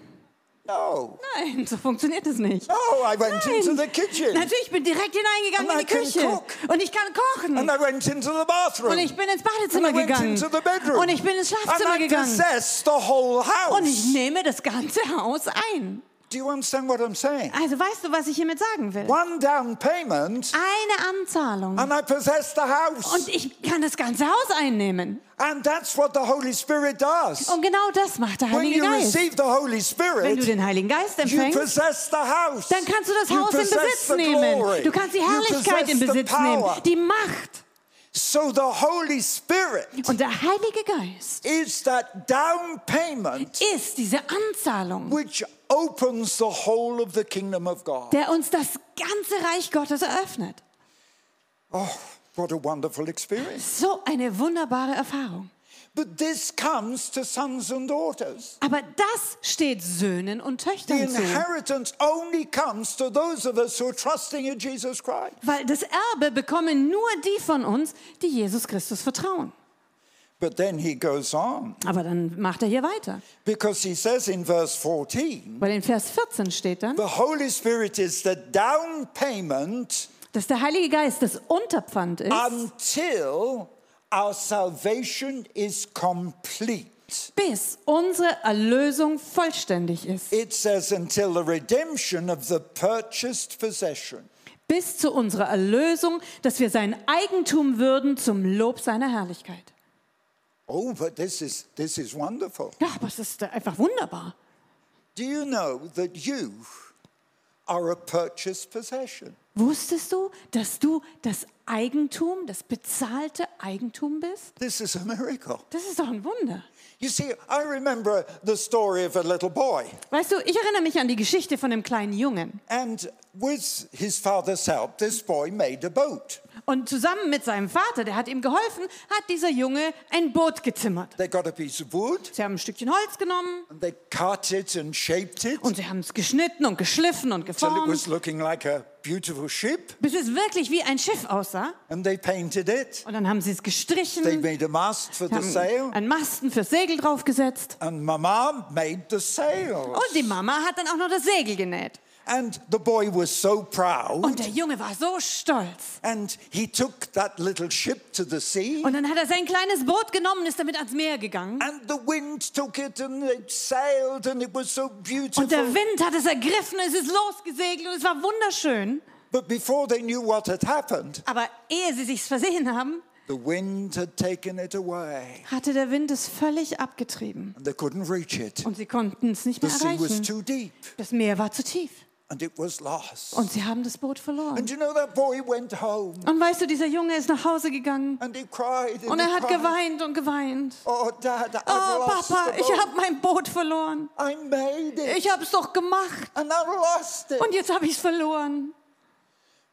B: No,
A: Nein, so funktioniert es nicht.
B: no, Oh, I went
A: Nein.
B: into the kitchen
A: Natürlich ich bin direkt hineingegangen
B: And
A: in die
B: I can
A: Küche
B: cook.
A: und ich kann kochen.
B: and I went into the
A: Und
B: bathroom
A: ich bin ins
B: and I
A: Badezimmer
B: went
A: gegangen.
B: into the bedroom
A: Und ich bin ins
B: and
A: Schlafzimmer
B: I
A: gegangen.
B: possessed the whole
A: Und ich
B: house.
A: nehme das ganze Haus ein.
B: Do you understand what I'm saying?
A: Also weißt du, was ich hiermit sagen will?
B: One down payment
A: Eine Anzahlung.
B: and I possessed the house.
A: Ah. Und ich kann das ganze Haus einnehmen.
B: And that's what the Holy Spirit does.
A: Und genau das macht der
B: When
A: Heilige
B: you
A: Geist.
B: receive the Holy
A: Wenn du
B: Spirit,
A: den Heiligen Geist
B: you
A: empfängst,
B: possess the house.
A: dann kannst du das
B: You
A: Haus in
B: possess
A: Besitz
B: the glory.
A: nehmen. Du kannst die
B: You
A: Herrlichkeit in
B: possess the
A: Besitz nehmen.
B: power.
A: Die Macht.
B: So the Holy Spirit
A: Und der Heilige Geist
B: is that down payment
A: ist diese Anzahlung,
B: which opens the whole of the kingdom of God.
A: der uns das ganze Reich Gottes eröffnet.
B: Oh, what a wonderful experience.
A: So eine wunderbare Erfahrung.
B: But this comes to sons and daughters.
A: Aber das steht Söhnen und
B: The
A: Töchtern zu.
B: inheritance only comes to those of us who are trusting in Jesus Christ.
A: Weil das Erbe bekommen nur die von uns, die Jesus Christus vertrauen.
B: But then he goes on
A: Aber dann macht er hier weiter.
B: because he says in verse 14
A: Weil in Vers 14 steht dann,
B: the Holy Spirit is the down payment
A: dass der Heilige Geist das Unterpfand ist,
B: until our salvation is complete.
A: bis unsere Erlösung vollständig ist.
B: It says until the redemption of the purchased possession.
A: Bis zu unserer Erlösung, dass wir sein Eigentum würden zum Lob seiner Herrlichkeit.
B: Oh, but this is this is wonderful.
A: Ja, aber es ist einfach wunderbar.
B: Do you know that you are a purchased possession?
A: Wusstest du, dass du das Eigentum, das bezahlte Eigentum bist?
B: This is a miracle.
A: Das ist doch ein Wunder.
B: You see, I remember the story of a little boy,
A: Weißt du, ich erinnere mich an die Geschichte von dem kleinen Jungen.
B: and with his father's help, this boy made a boat.
A: Und zusammen mit seinem Vater, der hat ihm geholfen, hat dieser Junge ein Boot gezimmert.
B: They got a piece of wood
A: Sie haben ein Stückchen Holz genommen
B: and they cut it and shaped it
A: und sie haben es geschnitten und geschliffen und
B: till it
A: geformt,
B: was looking like a beautiful ship
A: bis es wirklich wie ein Schiff aussah.
B: and they painted it.
A: Und dann haben sie es gestrichen,
B: They made a mast for the sail
A: haben einen Masten fürs Segel draufgesetzt.
B: and Mama made the sail.
A: Und die Mama hat dann auch noch das Segel genäht.
B: And the boy was so proud
A: Und der Junge war so stolz.
B: and he took that little ship to the sea
A: Und dann hat er sein kleines Boot genommen, ist damit ans Meer gegangen.
B: and the wind took it and it sailed and it was so
A: Und der
B: beautiful.
A: Wind hat es ergriffen, es ist losgesegelt und es war wunderschön.
B: But before they knew what had happened,
A: Aber ehe sie sich's versehen haben,
B: the wind had taken it away
A: hatte der Wind es völlig abgetrieben.
B: and they couldn't reach it.
A: Und sie konnten es nicht
B: The
A: mehr
B: sea was
A: erreichen.
B: too deep
A: Das Meer war zu tief.
B: and it was lost.
A: Und sie haben das Boot verloren.
B: And you know that boy went home
A: Und weißt du, dieser Junge ist nach Hause gegangen
B: and he cried and
A: und
B: he
A: er hat
B: cried.
A: geweint und geweint.
B: Oh, Dad, I've
A: Oh,
B: lost
A: Papa,
B: the
A: ich
B: boat.
A: habe mein Boot verloren.
B: I made it
A: Ich habe es doch gemacht.
B: and I lost it.
A: Und jetzt habe ich es verloren.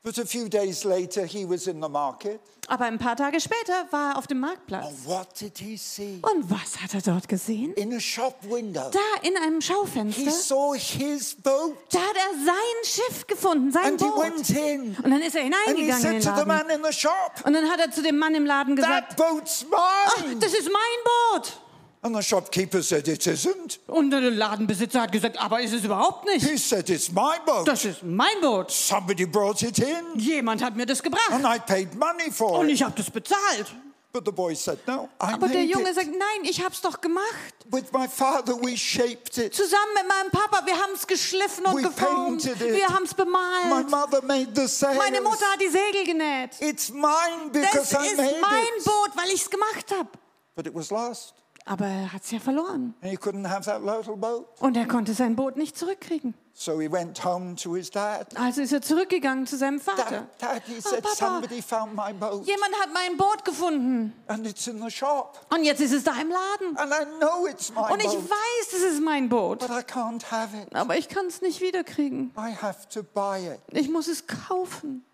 B: But a few days later, he was in the market.
A: Aber ein paar Tage später war er auf dem
B: And
A: Marktplatz.
B: what did he see?
A: Und was hat er dort gesehen?
B: In a shop window,
A: Da in einem
B: he
A: Schaufenster,
B: saw his boat
A: da hat er sein Schiff gefunden, sein
B: and he
A: Boot.
B: went in.
A: Und dann ist er
B: And he
A: hineingegangen in
B: said
A: den
B: to
A: Laden.
B: the man in the shop,
A: Und dann hat er zu dem Mann im Laden gesagt,
B: That boat's
A: "Ah,
B: mine.
A: das ist mein Boot.
B: And the shopkeeper said, It isn't.
A: Und der Ladenbesitzer hat gesagt, aber ist es überhaupt nicht.
B: He said, It's my boat.
A: Das ist mein Boot.
B: Somebody brought it in
A: Jemand hat mir das
B: and
A: gebracht.
B: I paid money for
A: Und
B: it.
A: ich habe das bezahlt.
B: But the boy said, No, I
A: Aber der
B: made
A: Junge
B: it.
A: sagt, nein, ich hab's doch gemacht.
B: With my father, we shaped it.
A: Zusammen mit meinem Papa, wir haben's geschliffen und
B: We
A: geformt.
B: painted it.
A: Wir haben's
B: My
A: bemalt.
B: mother made the sails.
A: Meine Mutter hat die Segel genäht.
B: It's mine
A: Das
B: because I
A: ist
B: made
A: mein
B: it.
A: Boot, weil ich's gemacht habe.
B: But it was lost.
A: Aber er hat's ja verloren.
B: And he couldn't have that little boat.
A: Und er konnte sein Boot nicht zurückkriegen.
B: So he went home to his dad.
A: Also ist er zurückgegangen zu seinem Vater.
B: Dad, Dad he
A: Oh,
B: said,
A: Papa.
B: somebody found my boat
A: Jemand hat mein Boot gefunden.
B: and it's in the shop.
A: Und jetzt ist es da im Laden.
B: And I know it's my
A: Und ich
B: boat,
A: weiß, es ist mein Boot.
B: but I can't have it.
A: Aber ich kann es nicht wiederkriegen.
B: I have to buy it.
A: Ich muss es kaufen.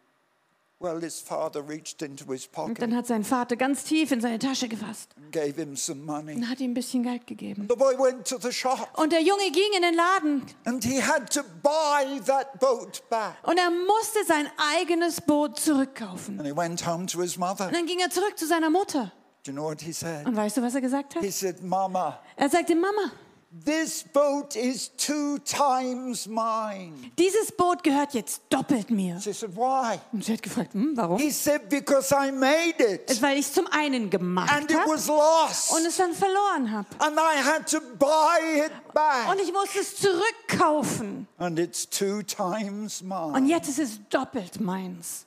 B: Well, his father reached into his
A: Und
B: pocket
A: dann hat sein Vater ganz tief in seine Tasche gefasst
B: and gave him some money.
A: und hat ihm ein bisschen Geld gegeben.
B: The boy went to the shop
A: Und der Junge ging in den Laden
B: and he had to buy that boat back.
A: und er musste sein eigenes Boot zurückkaufen.
B: And he went home to his mother.
A: Und dann ging er zurück zu seiner Mutter.
B: Do you know what he said?
A: Und weißt du, was er gesagt hat?
B: He said, Mama,
A: Er sagte, Mama,
B: this boat is two times mine.
A: dieses Boot gehört jetzt doppelt mir.
B: She said, Why?
A: Und sie hat gefragt, hm, warum?
B: He said, Because I made it
A: Es, Weil ich es zum einen gemacht
B: and it
A: habe
B: was lost.
A: und es dann verloren habe.
B: And I had to buy it back.
A: Und ich musste es zurückkaufen.
B: And it's two times mine.
A: Und jetzt ist es doppelt meins.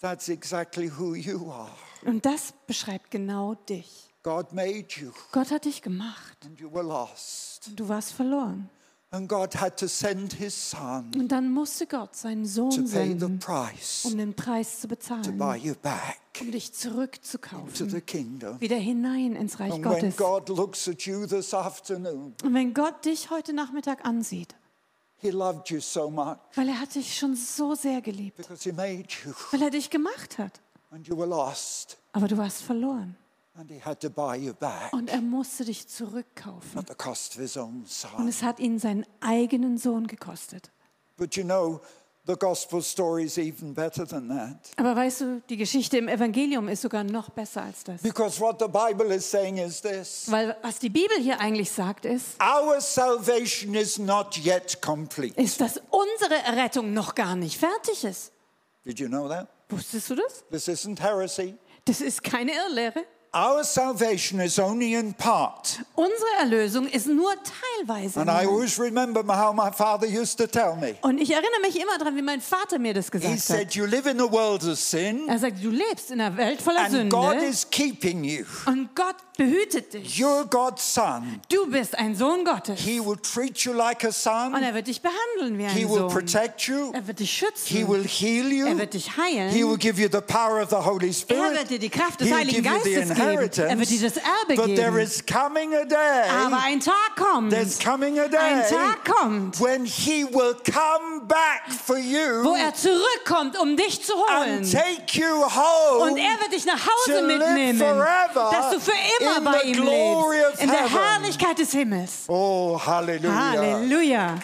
B: That's exactly who you are.
A: Und das beschreibt genau dich.
B: God made you
A: Gott hat dich gemacht.
B: and you were lost.
A: Du warst verloren.
B: And God had to send his son
A: Und dann musste Gott seinen
B: to
A: Sohn
B: pay the
A: senden,
B: price
A: um den Preis zu
B: to
A: bezahlen,
B: buy you back
A: um dich
B: to
A: zurückzukaufen,
B: the kingdom.
A: wieder hinein ins Reich
B: And when
A: Gottes.
B: God looks at you this afternoon,
A: Und wenn Gott dich heute Nachmittag ansieht,
B: he loved you so much
A: weil er hat dich schon so sehr geliebt,
B: because he made you
A: weil er dich gemacht hat,
B: and you were lost
A: aber du warst verloren.
B: and he had to buy you back
A: Und er musste dich zurückkaufen.
B: at the cost of his own
A: Und
B: son.
A: es hat ihn seinen eigenen Sohn gekostet.
B: But you know, the gospel story is even better than that.
A: Aber weißt du, die Geschichte im Evangelium ist sogar noch besser als das.
B: Because what the Bible is saying is this
A: Weil was die Bibel hier eigentlich sagt, ist,
B: our salvation is not yet complete.
A: ist, dass unsere Errettung noch gar nicht fertig ist.
B: Did you know that?
A: Wusstest du das?
B: This isn't heresy.
A: Das ist keine Irrlehre.
B: Our salvation is only in part.
A: Unsere Erlösung ist nur teilweise.
B: And I
A: neu.
B: always remember how my father used to tell me.
A: Und ich erinnere mich immer daran, wie mein Vater mir das
B: He
A: gesagt hat.
B: said, You live in a world of sin,
A: Er sagt, du lebst in einer Welt voller
B: and God
A: Sünde
B: is keeping you.
A: und Gott behütet dich.
B: You're God's son.
A: Du bist ein Sohn Gottes
B: He will treat you like a
A: und
B: son,
A: er wird dich behandeln wie
B: He
A: ein
B: will
A: Sohn.
B: protect you,
A: Er wird dich
B: He
A: schützen.
B: will heal
A: Er
B: you,
A: wird dich
B: He will
A: heilen.
B: give you the power of the Holy
A: Er
B: Spirit,
A: wird dir die Kraft des
B: He will
A: Heiligen
B: give you the
A: Geistes Er wird dir
B: inheritance.
A: das Erbe
B: But there
A: geben.
B: is coming a day.
A: Aber ein Tag kommt.
B: There's coming a day.
A: Ein Tag kommt,
B: when he will come back for
A: wo
B: you
A: er zurückkommt, um dich zu holen.
B: and take you home
A: Und er wird dich nach
B: to
A: Hause
B: live
A: mitnehmen,
B: forever
A: dass du für immer
B: in
A: bei
B: the
A: ihm
B: glory of
A: lebst, in der
B: heaven.
A: Herrlichkeit des Himmels.
B: Oh, hallelujah.
A: Halleluja.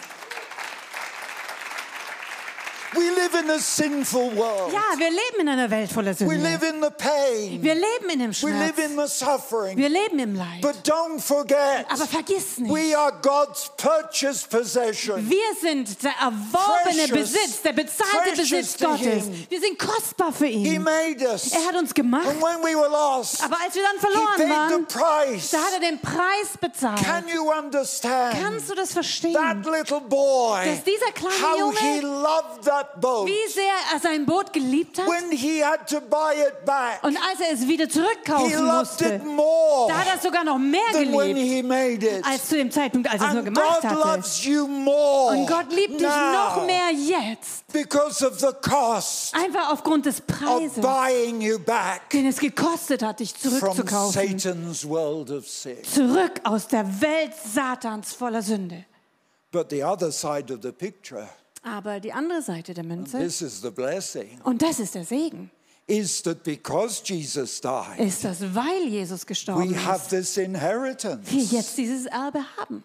B: We live in a sinful world.
A: Ja, wir leben in einer Welt voller
B: We live
A: Sünde.
B: in the pain.
A: Wir leben in dem
B: we live
A: Schmerz.
B: in the suffering.
A: Wir leben im Leid.
B: but don't forget,
A: Aber vergiss nicht,
B: we are God's purchased possession.
A: wir sind der erworbene
B: Precious.
A: Besitz, der bezahlte
B: Precious
A: Besitz
B: to
A: Gottes.
B: him.
A: Wir sind kostbar für
B: He
A: ihn.
B: made us.
A: Er hat uns gemacht.
B: and when we were lost,
A: Aber als wir dann
B: He
A: verloren
B: paid the
A: waren,
B: price.
A: da hat er den Preis bezahlt.
B: Can you understand?
A: Kannst du das verstehen?
B: that little boy,
A: Dass dieser kleine
B: how
A: Junge-
B: he loved that boat
A: Wie sehr er sein Boot geliebt hat?
B: when he had to buy it back.
A: Und als er es wieder
B: He
A: zurückkaufen
B: loved it
A: musste,
B: more
A: da hat er es sogar noch mehr
B: than when
A: geliebt,
B: he made it.
A: als zu dem Zeitpunkt, als er es nur
B: And
A: gemacht
B: God
A: hatte.
B: loves you more
A: Und Gott liebt dich
B: now
A: noch mehr jetzt,
B: because of the cost
A: einfach aufgrund des
B: of
A: Preises,
B: buying you back
A: den es gekostet hat, dich
B: from
A: zurückzukaufen.
B: Satan's world of sin.
A: Zurück aus der Welt Satans voller Sünde.
B: But the other side of the picture,
A: Aber die andere Seite der Münze,
B: this is the blessing,
A: und das ist der Segen,
B: is that because Jesus died,
A: ist, dass weil Jesus
B: we
A: gestorben ist,
B: have this inheritance.
A: wir jetzt dieses Erbe haben.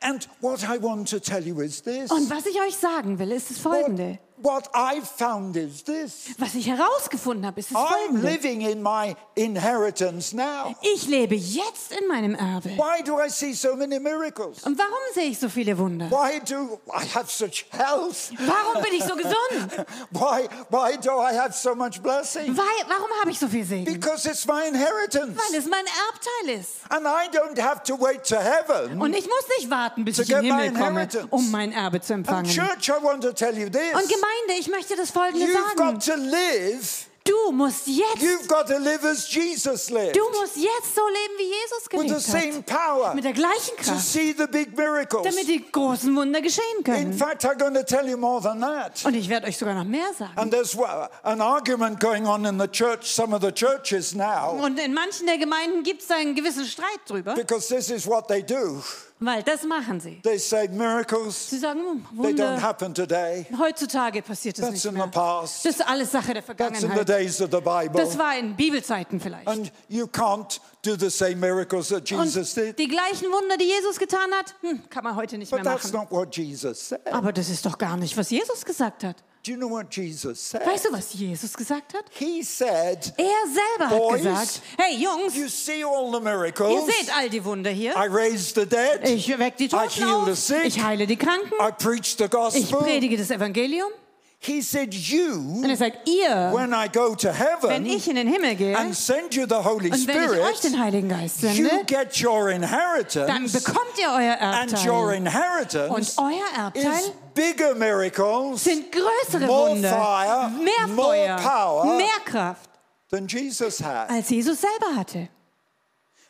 B: And what I want to tell you is this.
A: Und was ich euch sagen will, ist das
B: What,
A: Folgende.
B: what I've found is this.
A: Was ich herausgefunden habe, ist das
B: I'm
A: Folgende.
B: living in my inheritance now.
A: Ich lebe jetzt in meinem Erbe.
B: Why do I see so many miracles?
A: Und warum sehe ich so viele Wunder?
B: Why do I have such health?
A: Warum bin ich so gesund?
B: Why, why do I have so much blessing?
A: Weil, warum habe ich so viel Segen?
B: Because it's my inheritance.
A: Weil es mein Erbteil ist.
B: And I don't have to wait to heaven.
A: Und ich muss nicht warten, bis
B: To
A: ich in den
B: get my
A: Himmel komme,
B: inheritance.
A: um mein Erbe zu
B: And
A: empfangen. Und
B: church, I want to tell you this.
A: Gemeinde, ich möchte das Folgende
B: You've got
A: sagen.
B: to live.
A: Du musst jetzt,
B: You've got to live as Jesus lived.
A: du musst jetzt so leben, wie Jesus gelebt
B: With the same
A: hat.
B: power.
A: Mit der gleichen
B: To
A: Kraft,
B: see the big miracles.
A: damit die großen Wunder geschehen
B: In
A: können.
B: fact, I'm going to tell you more than that.
A: Und ich werde euch sogar noch mehr sagen.
B: And there's uh, an argument going on in the church, some of the churches now,
A: Und in manchen der Gemeinden gibt es da einen gewissen Streit drüber,
B: because this is what they do.
A: weil das machen sie.
B: They say miracles,
A: Sie sagen, hm,
B: they don't
A: Wunder,
B: happen today.
A: heutzutage passiert das
B: That's
A: nicht
B: in the
A: mehr.
B: past.
A: Das ist alles Sache der
B: That's in the
A: Vergangenheit.
B: days of the
A: Das
B: Bible.
A: war in Bibelzeiten vielleicht.
B: And you can't do the same miracles that Jesus
A: Und
B: did.
A: die gleichen Wunder, die Jesus getan hat, hm, kann man heute nicht
B: But
A: mehr
B: that's
A: machen.
B: not what Jesus said.
A: Aber das ist doch gar nicht, was Jesus gesagt hat.
B: Do you know what Jesus said?
A: Weißt du, was Jesus gesagt hat?
B: He said,
A: Er selber hat
B: Boys,
A: gesagt, hey Jungs,
B: You see all the
A: ihr
B: miracles.
A: seht all die Wunder hier.
B: I raise the dead.
A: Ich weck die
B: I
A: Toten
B: heal the
A: auf,
B: sick.
A: ich heile die Kranken,
B: I preach the
A: ich
B: gospel.
A: predige das Evangelium.
B: He said, You,
A: Und er sagt, ihr,
B: when I go to
A: wenn
B: heaven
A: ich in den Himmel gehe
B: and
A: und
B: send you the Holy
A: wenn ich euch
B: Spirit,
A: den Heiligen Geist
B: you
A: sende,
B: get your
A: dann
B: inheritance,
A: bekommt ihr euer
B: and your
A: Erbteil. Und
B: inheritance
A: euer
B: is
A: Erbteil
B: bigger miracles
A: sind größere
B: More
A: Wunder,
B: fire,
A: mehr
B: more power.
A: Feuer, mehr Kraft,
B: than Jesus had.
A: als Jesus selber hatte.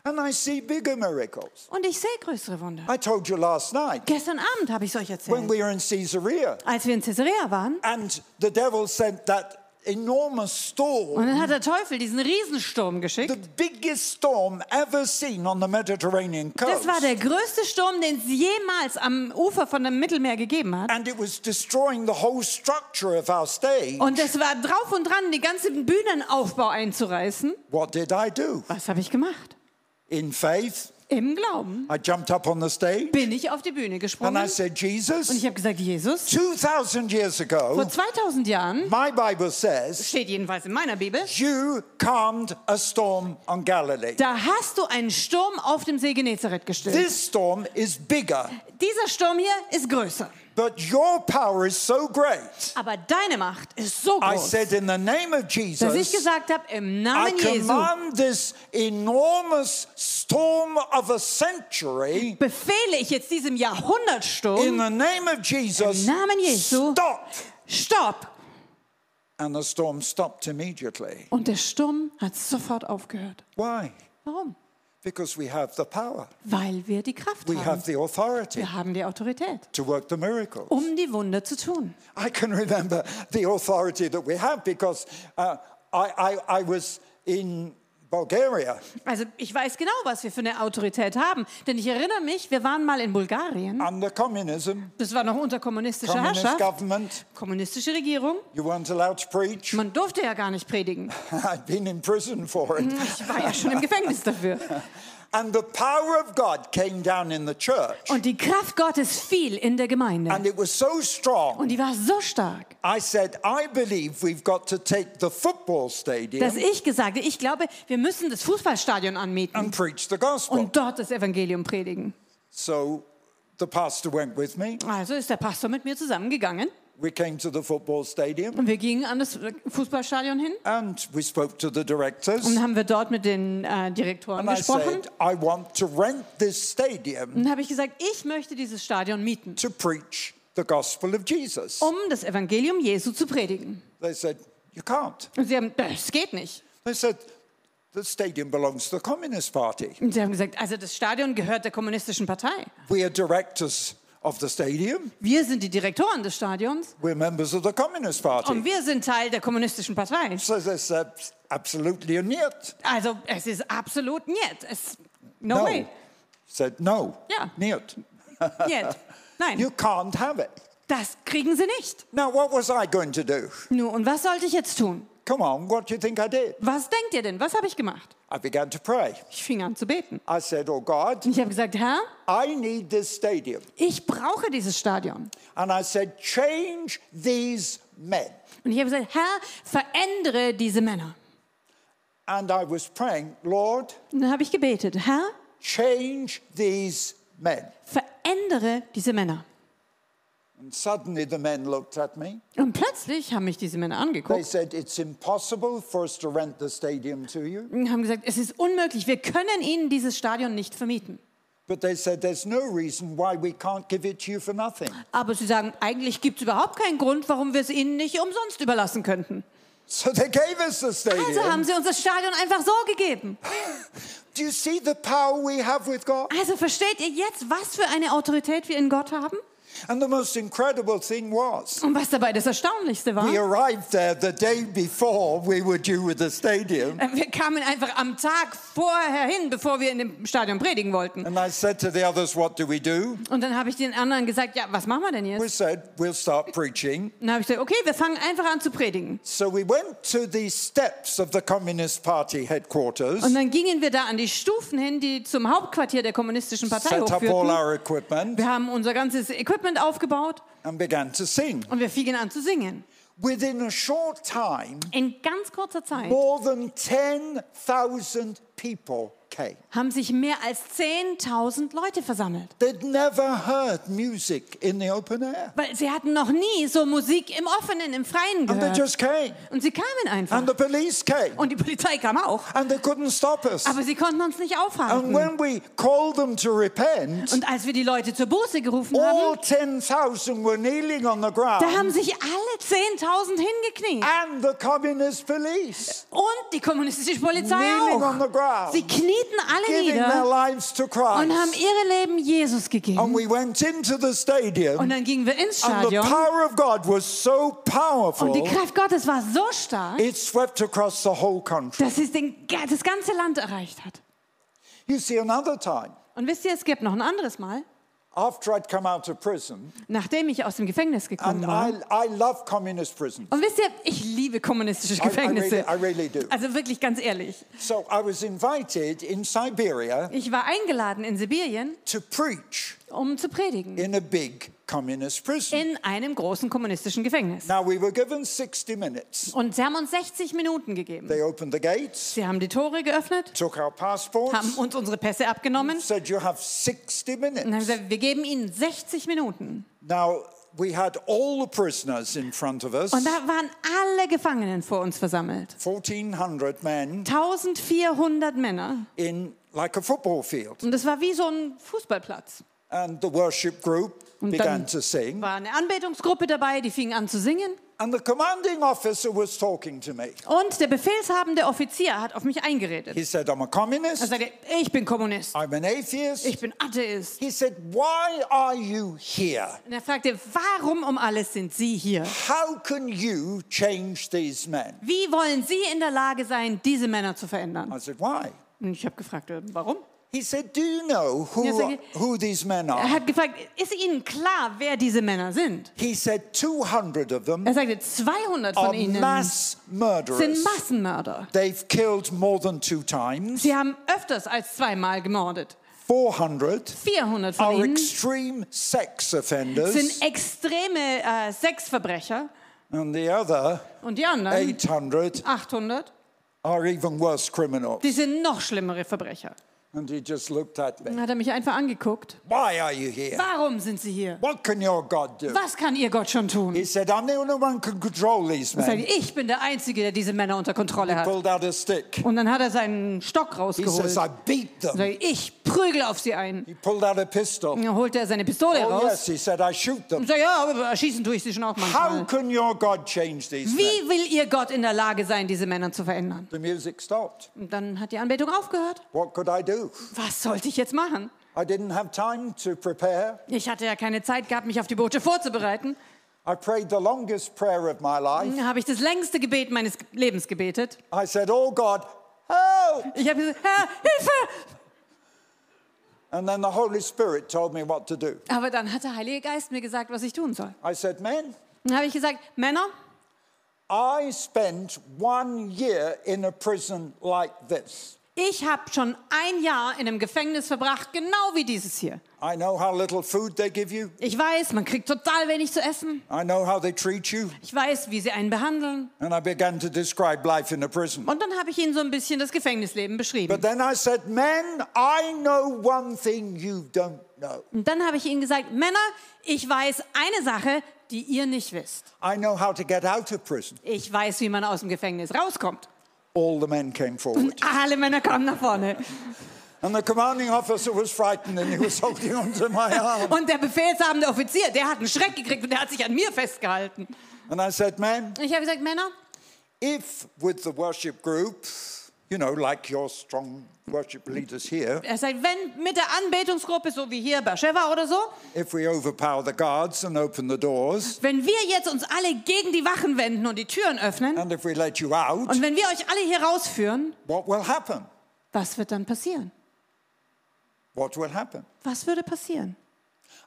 B: And I see bigger miracles.
A: Und ich sehe größere Wunder.
B: I told you last night
A: Gestern Abend habe ich es euch
B: when
A: erzählt,
B: we were in Caesarea,
A: als wir in Caesarea waren.
B: and the devil sent that enormous storm,
A: Und dann hat der Teufel diesen Riesensturm geschickt.
B: the biggest storm ever seen on the Mediterranean
A: Das
B: coast.
A: war der größte Sturm, den es jemals am Ufer von dem Mittelmeer gegeben hat.
B: And it was destroying the whole structure of our stage.
A: Und es war drauf und dran, den ganzen Bühnenaufbau einzureißen.
B: What did I do?
A: Was habe ich gemacht?
B: In faith,
A: Im Glauben
B: I jumped up on the stage
A: bin ich auf die Bühne
B: and I
A: gesprungen.
B: said,
A: Und ich
B: Jesus,
A: habe gesagt, Jesus,
B: 2,000 years
A: vor
B: ago,
A: 2000 Jahren,
B: my Bible says,
A: steht jedenfalls in meiner Bibel,
B: you calmed a storm on Galilee.
A: Da hast du einen Sturm auf dem See Genezareth gestillt.
B: This storm is bigger,
A: Dieser Sturm hier ist größer,
B: but your power is so great.
A: aber deine Macht ist so
B: I
A: groß,
B: said, in the name of
A: dass ich
B: Jesus,
A: gesagt habe, im
B: I
A: Namen Jesu
B: command this enormous storm of a century.
A: befehle ich jetzt diesem
B: In
A: Jahrhundertsturm,
B: the name of Jesus,
A: Namen Jesu.
B: stop.
A: stopp.
B: And the storm stopped immediately.
A: Und der Sturm hat sofort aufgehört.
B: Why?
A: Warum?
B: Because we have the power.
A: Weil wir die Kraft
B: We
A: haben.
B: have the authority
A: Wir haben die Autorität,
B: to work the miracle.
A: um die Wunder zu tun.
B: I can remember the authority that we have because uh, I, I, I was in Bulgaria.
A: Also ich weiß genau, was wir für eine Autorität haben. Denn ich erinnere mich, wir waren mal in Bulgarien.
B: Under communism,
A: Das war noch unter kommunistischer
B: communist
A: Herrschaft.
B: government,
A: Kommunistische Regierung.
B: you weren't allowed to preach.
A: Man durfte ja gar nicht predigen.
B: I'd been in prison for it.
A: Ich war ja schon im Gefängnis dafür.
B: And the power of God came down in the church.
A: Und die Kraft Gottes fiel in der Gemeinde.
B: And it was so strong,
A: Und die war so stark,
B: I said, I believe we've got to take the football stadium
A: dass ich gesagt habe, ich glaube, wir müssen das Fußballstadion anmieten
B: and preach the gospel.
A: und dort das Evangelium predigen.
B: So the pastor went with me.
A: Also ist der Pastor mit mir zusammengegangen
B: We came to the football stadium
A: und wir gingen an das Fußballstadion hin
B: and we spoke to the directors.
A: und haben wir dort mit den äh, Direktoren
B: And I
A: gesprochen.
B: said, I want to rent this stadium
A: Und habe ich gesagt, ich möchte dieses Stadion mieten,
B: to preach the gospel of Jesus.
A: um das Evangelium Jesu zu predigen.
B: They said, You can't.
A: Und sie haben, das geht nicht.
B: They said, The stadium belongs to the Communist Party.
A: Und sie haben gesagt, also das Stadion gehört der kommunistischen Partei.
B: We are directors of the stadium,
A: Wir sind die Direktoren des Stadions
B: we're members of the Communist
A: und
B: Party.
A: wir sind Teil der kommunistischen Partei.
B: So they said, Absolutely niet.
A: Also es ist absolut nicht. Es, no, way.
B: No. Said, No.
A: Yeah.
B: Niet.
A: Niet.
B: You
A: Nein,
B: can't have it.
A: das kriegen sie nicht.
B: Now, what was I going to do?
A: Nun, und was sollte ich jetzt tun?
B: Come on, what do you think I did?
A: Was denkt ihr denn? Was habe ich gemacht?
B: I began to pray.
A: Ich fing an zu beten.
B: I said, Oh God,
A: Ich habe gesagt, Herr,
B: I need this stadium.
A: ich brauche dieses Stadion.
B: And I said, Change these men.
A: Und ich habe gesagt, Herr, verändere diese Männer.
B: And I was praying, Lord,
A: Und dann habe ich gebetet, Herr,
B: change these men.
A: verändere diese Männer.
B: And suddenly the men looked at me.
A: Und plötzlich haben mich diese Männer
B: They
A: angeguckt
B: said, It's impossible for us to rent the stadium to you.
A: und haben gesagt, es ist unmöglich, wir können ihnen dieses Stadion nicht vermieten.
B: But they said, There's no reason why we can't give it to you for nothing.
A: Aber sie sagen, eigentlich gibt es überhaupt keinen Grund, warum wir es ihnen nicht umsonst überlassen könnten.
B: So they gave us the
A: Also
B: stadium.
A: haben sie uns das Stadion einfach so gegeben.
B: Do you see the power we have with God?
A: Also versteht ihr jetzt, was für eine Autorität wir in Gott haben?
B: And the most incredible thing was,
A: Und was dabei das Erstaunlichste war?
B: we arrived there the day before we were due with the stadium.
A: Äh, Wir kamen einfach am Tag vorher hin, bevor wir in dem Stadion predigen wollten.
B: And I said to the others, What do we do?
A: Und dann habe ich den anderen gesagt, ja, was machen wir denn
B: We
A: jetzt?
B: said, We'll start preaching.
A: Und dann habe ich gesagt, okay, wir fangen einfach an zu predigen.
B: So we went to the steps of the Communist Party headquarters,
A: Und dann gingen wir da an die Stufen hin, die zum Hauptquartier der kommunistischen Partei
B: set up all
A: hochführten.
B: our equipment,
A: Wir haben unser ganzes Equipment aufgebaut
B: and began to sing.
A: und wir fingen an zu singen.
B: Within a short time,
A: In ganz kurzer Zeit
B: more than 10,000 people came.
A: haben sich mehr als 10.000 Leute versammelt.
B: They'd never heard music in the open air.
A: Weil sie hatten noch nie so Musik im Offenen, im Freien
B: And they
A: gehört.
B: just came.
A: Und sie kamen einfach.
B: And the police came.
A: Und die Polizei kam auch.
B: And they couldn't stop us.
A: Aber sie konnten uns nicht
B: And
A: aufhalten.
B: when we called them to repent,
A: Und als wir die Leute zur Buße gerufen
B: all
A: haben,
B: 10,000 were kneeling on the
A: da
B: ground
A: haben sich alle 10.000 hingekniet.
B: and the communist police
A: Und die kommunistische Polizei
B: kneeling on the
A: auch. Sie
B: ground,
A: knieten alle
B: giving their
A: nieder
B: lives to
A: und haben
B: Christ.
A: ihre Leben Jesus gegeben.
B: And we went into the
A: Und
B: stadium,
A: dann gingen wir ins
B: and the
A: Stadion
B: power of God was so
A: und die
B: powerful,
A: Kraft Gottes war so stark,
B: it swept across the whole country.
A: dass es den, das ganze Land erreicht hat.
B: You see, another time,
A: Und wisst ihr, es gibt noch ein anderes Mal,
B: after I'd come out of prison,
A: nachdem ich aus dem Gefängnis gekommen
B: and
A: war.
B: I, I love communist prisons.
A: Und wisst ihr, ich liebe kommunistische
B: I, I, really,
A: Gefängnisse.
B: I really do.
A: Also wirklich ganz ehrlich.
B: So I was invited in Siberia
A: Ich war eingeladen in Sibirien,
B: to preach
A: um zu predigen.
B: in a big communist prison.
A: In einem großen kommunistischen Gefängnis.
B: Now we were given 60 minutes.
A: Und sie haben uns 60 Minuten gegeben.
B: They opened the gates,
A: Sie haben die Tore geöffnet,
B: took our
A: haben
B: passports,
A: uns unsere Pässe abgenommen
B: said you have 60
A: und haben
B: minutes.
A: gesagt, wir geben ihnen 60 Minuten.
B: Now we had all the prisoners in front of us,
A: Und da waren alle Gefangenen vor uns versammelt.
B: 1400 men
A: 1400 Männer.
B: in like a football field.
A: Und es war wie so ein Fußballplatz.
B: And the worship group
A: Und
B: began
A: dann
B: to sing.
A: war eine Anbetungsgruppe dabei, die fing an zu singen.
B: And the commanding officer was talking to me.
A: Und der befehlshabende Offizier hat auf mich eingeredet.
B: He said, I'm a
A: Er
B: communist.
A: sagte, ich bin Kommunist,
B: I'm an atheist.
A: ich bin Atheist.
B: He said, Why are you here?
A: Und er fragte, warum um alles sind Sie hier?
B: How can you change these men?
A: Wie wollen Sie in der Lage sein, diese Männer zu verändern?
B: I said, Why?
A: Und ich habe gefragt, äh, warum?
B: He said, Do you know
A: Yes,
B: who,
A: I-
B: who these men
A: Er
B: are?
A: hat gefragt, ist Ihnen klar, wer diese Männer sind?
B: He said, 200 of them
A: Er sagte, 200
B: are
A: von ihnen
B: mass
A: sind
B: murderers.
A: Massenmörder.
B: They've killed more than two times.
A: Sie haben öfters als zweimal gemordet.
B: 400
A: 400 von
B: are
A: ihnen
B: extreme sex offenders,
A: sind extreme äh, Sexverbrecher
B: and the other
A: und die anderen,
B: 800
A: 800,
B: are even worse criminals.
A: die sind noch schlimmere Verbrecher.
B: And he just looked at me.
A: Dann hat er mich einfach angeguckt.
B: Why are you here?
A: Warum sind Sie hier?
B: What can your God do?
A: Was kann Ihr Gott schon tun?
B: He said, I'm the only one who can control these
A: Er sagte,
B: men.
A: Ich bin der Einzige, der diese Männer unter Kontrolle hat.
B: Pulled out a stick.
A: Und dann hat er seinen Stock
B: He says,
A: rausgeholt.
B: I
A: Er
B: beat them.
A: sagte, Ich prügel auf sie ein.
B: He pulled out a pistol.
A: Dann holte er seine Pistole
B: Oh,
A: raus.
B: yes, he said, I shoot
A: Und
B: them.
A: sagte, ja, aber erschießen tue ich sie schon auch
B: How
A: manchmal.
B: can your God change these men?
A: Wie will Ihr Gott in der Lage sein, diese Männer zu verändern?
B: The music stopped.
A: Und dann hat die Anbetung aufgehört.
B: What could I do?
A: Was sollte ich jetzt machen?
B: I didn't have time to prepare.
A: Ich hatte ja keine Zeit gehabt, mich auf die Botschaft vorzubereiten.
B: I prayed the longest prayer of my life.
A: Dann habe ich das längste Gebet meines Lebens gebetet.
B: I said, Oh God, help!
A: Ich habe gesagt, Herr, Hilfe!
B: And then the Holy Spirit told me what to do.
A: Aber dann hat der Heilige Geist mir gesagt, was ich tun soll.
B: I said, Men,
A: Dann habe ich gesagt, Männer,
B: I spent one year in a prison like this.
A: ich habe schon ein Jahr in einem Gefängnis verbracht, genau wie dieses hier.
B: I know how little food they give you.
A: Ich weiß, man kriegt total wenig zu essen.
B: I know how they treat you.
A: Ich weiß, wie sie einen behandeln.
B: And I began to describe life in a prison.
A: Und dann habe ich ihnen so ein bisschen das Gefängnisleben beschrieben.
B: But then I said, Men, I know one thing you don't know.
A: Und dann habe ich ihnen gesagt, Männer, ich weiß eine Sache, die ihr nicht wisst.
B: I know how to get out of prison.
A: Ich weiß, wie man aus dem Gefängnis rauskommt.
B: All the men came forward.
A: Alle Männer kamen nach vorne.
B: And the commanding officer was frightened and he was holding onto my arm.
A: Und der befehlshabende Offizier, der hat einen Schreck gekriegt und der hat sich an mir festgehalten.
B: And I said, Man,
A: Ich habe gesagt, Männer,
B: if with the worship group, you know, like your strong worship leaders here,
A: er sagt, wenn mit der Anbetungsgruppe, so wie hier bei Sheva oder so,
B: if we overpower the guards and open the doors,
A: wenn wir jetzt uns alle gegen die Wachen wenden und die Türen öffnen
B: and if we let you out,
A: und wenn wir euch alle hier rausführen,
B: what will happen?
A: was wird dann passieren?
B: What will happen?
A: Was würde passieren?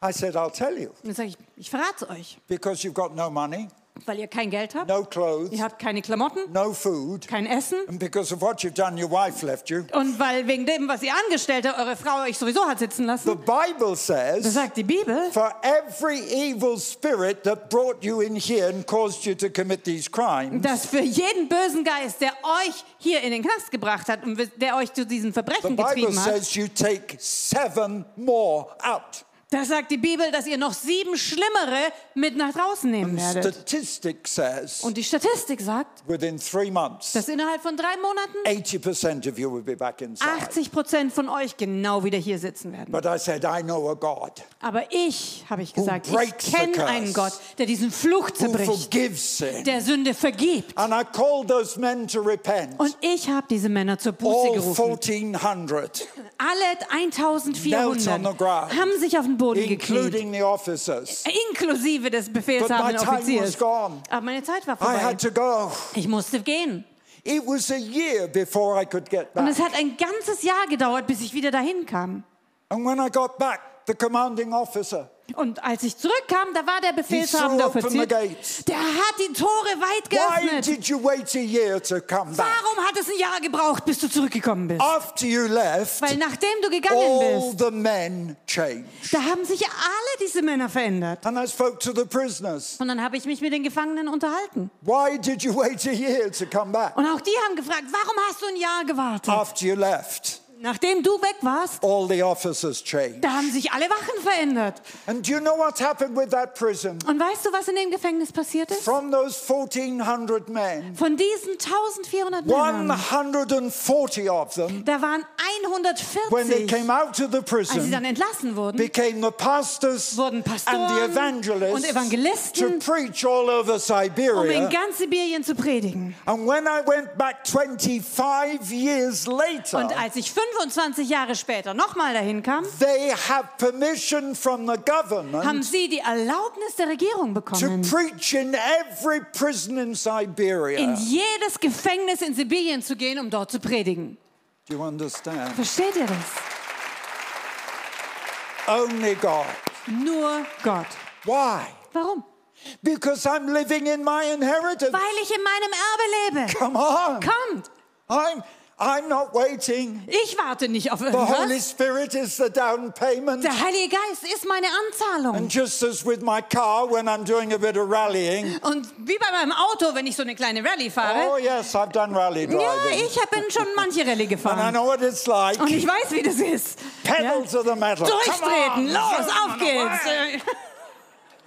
B: I said, I'll tell you.
A: Und dann sage ich, ich verrate es euch,
B: Because you've got no money,
A: weil ihr kein Geld habt,
B: no clothes,
A: ihr habt keine Klamotten,
B: no food,
A: kein Essen
B: and because of what you've done, your wife left you.
A: und weil wegen dem, was ihr angestellt habt, eure Frau euch sowieso hat sitzen
B: The
A: lassen.
B: Bible
A: Das
B: says,
A: sagt die Bibel.
B: for every evil spirit that brought you in here and caused you to commit these crimes,
A: dass für jeden bösen Geist, der euch hier in den Knast gebracht hat und der euch zu diesen
B: the
A: Verbrechen
B: Bible
A: getrieben hat,
B: says you take seven more out.
A: da sagt die Bibel, dass ihr noch sieben schlimmere mit nach draußen nehmen werdet.
B: Statistic says
A: Und die Statistik sagt,
B: within three months,
A: dass innerhalb von drei Monaten
B: 80% of you will be back inside.
A: 80 Prozent von euch genau wieder hier sitzen werden.
B: But I said, I know a God
A: Aber ich, habe ich gesagt, ich
B: breaks the
A: kenne
B: curse.
A: einen Gott, der diesen Fluch
B: who
A: zerbricht,
B: forgives sin.
A: der Sünde vergibt.
B: And I called those men to repent.
A: Und ich habe diese Männer zur Buße
B: All
A: gerufen.
B: 1,400,
A: Alle
B: Knelt on the
A: 1400
B: ground.
A: haben sich auf den Boden gekniet.
B: including the officers.
A: inklusive des
B: But my
A: befehlshabenden
B: time was
A: Offiziers.
B: gone.
A: Aber meine Zeit war
B: I
A: vorbei.
B: had to go.
A: Ich musste gehen.
B: It was a year before I could get
A: Und
B: back.
A: es hat ein ganzes Jahr gedauert, bis ich wieder dahin kam.
B: And when I got back, the commanding officer,
A: Und als ich zurückkam, da war der
B: He
A: befehlshabende
B: threw open
A: Offizier.
B: the gates.
A: Der hat die Tore weit
B: why
A: geöffnet.
B: did you wait a year to come back? Oh,
A: Warum hat es ein Jahr gebraucht, bis du zurückgekommen bist?
B: After you left,
A: Weil nachdem du gegangen
B: all
A: bist,
B: the men changed.
A: da haben sich alle diese Männer verändert.
B: And I spoke to the prisoners.
A: Und dann habe ich mich mit den Gefangenen unterhalten.
B: Why did you wait a year to come back?
A: Oh,
B: Oh.
A: Und auch die haben gefragt, warum hast du ein Jahr gewartet,
B: After you left,
A: Nachdem du weg warst,
B: all the officers changed.
A: da haben sich alle Wachen verändert.
B: And do you know what happened with that prison?
A: Und weißt du, was in dem Gefängnis passiert ist?
B: From those 1,400 men,
A: Von diesen 1400 Männern,
B: 140 of them,
A: da waren
B: when they
A: 140,
B: came out of the
A: als sie
B: prison,
A: dann entlassen wurden,
B: became the pastors
A: wurden
B: and the
A: Pastoren und
B: evangelists to
A: Evangelisten,
B: preach all over
A: um in
B: Siberia.
A: ganz Sibirien zu predigen.
B: And when I went back 25 years later,
A: Und als ich 25 Jahre später nochmal dahin kam,
B: they have permission from the
A: haben
B: government
A: sie die Erlaubnis der Regierung
B: to
A: bekommen,
B: preach in every prison in
A: in
B: Siberia.
A: jedes Gefängnis in Sibirien zu gehen, um dort zu predigen.
B: Do you understand?
A: Versteht ihr das?
B: Only God.
A: Nur Gott.
B: Why?
A: Warum?
B: Because I'm living in my inheritance.
A: Weil ich in meinem Erbe lebe.
B: Come on.
A: Kommt!
B: I'm, I'm not waiting.
A: Ich warte nicht auf
B: The Holy
A: irgendwas.
B: Spirit is the down payment.
A: Der Heilige Geist ist meine
B: And
A: Anzahlung.
B: just as with my car, when I'm doing a bit of rallying,
A: Und wie bei meinem Auto, wenn ich so eine kleine Rallye
B: oh,
A: fahre.
B: yes, I've done rally
A: Ja,
B: driving.
A: ich hab- bin schon manche Rallye
B: And I
A: gefahren.
B: know what it's like.
A: Und ich weiß, wie das ist.
B: Pedal to the metal. Come on.
A: Durchtreten, los, auf
B: Come on.
A: geht's.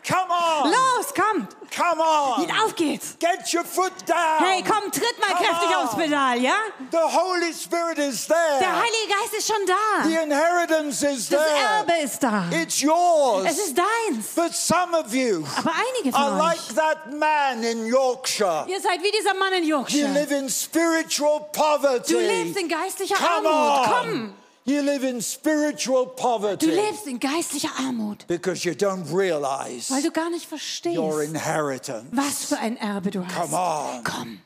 B: Come on.
A: Los, kommt,
B: Come on.
A: auf geht's.
B: Get your foot down.
A: Hey, komm, tritt mal
B: Come
A: kräftig
B: on.
A: aufs Pedal, ja?
B: The Holy Spirit is there.
A: Der Heilige Geist ist schon da.
B: the inheritance is
A: Das
B: there.
A: Erbe ist da.
B: It's yours.
A: Es ist deins.
B: but some of you
A: Aber einige
B: are
A: von
B: like
A: euch,
B: that man in Yorkshire.
A: ihr seid wie dieser Mann in
B: You
A: Yorkshire.
B: live in spiritual poverty.
A: Du lebst in geistlicher
B: Come
A: Armut.
B: on.
A: Komm.
B: You live in spiritual
A: Du
B: poverty
A: lebst in geistlicher Armut,
B: because you don't realize
A: weil du gar nicht
B: your
A: verstehst,
B: inheritance.
A: was für ein Erbe du
B: Come
A: hast.
B: on.
A: Komm.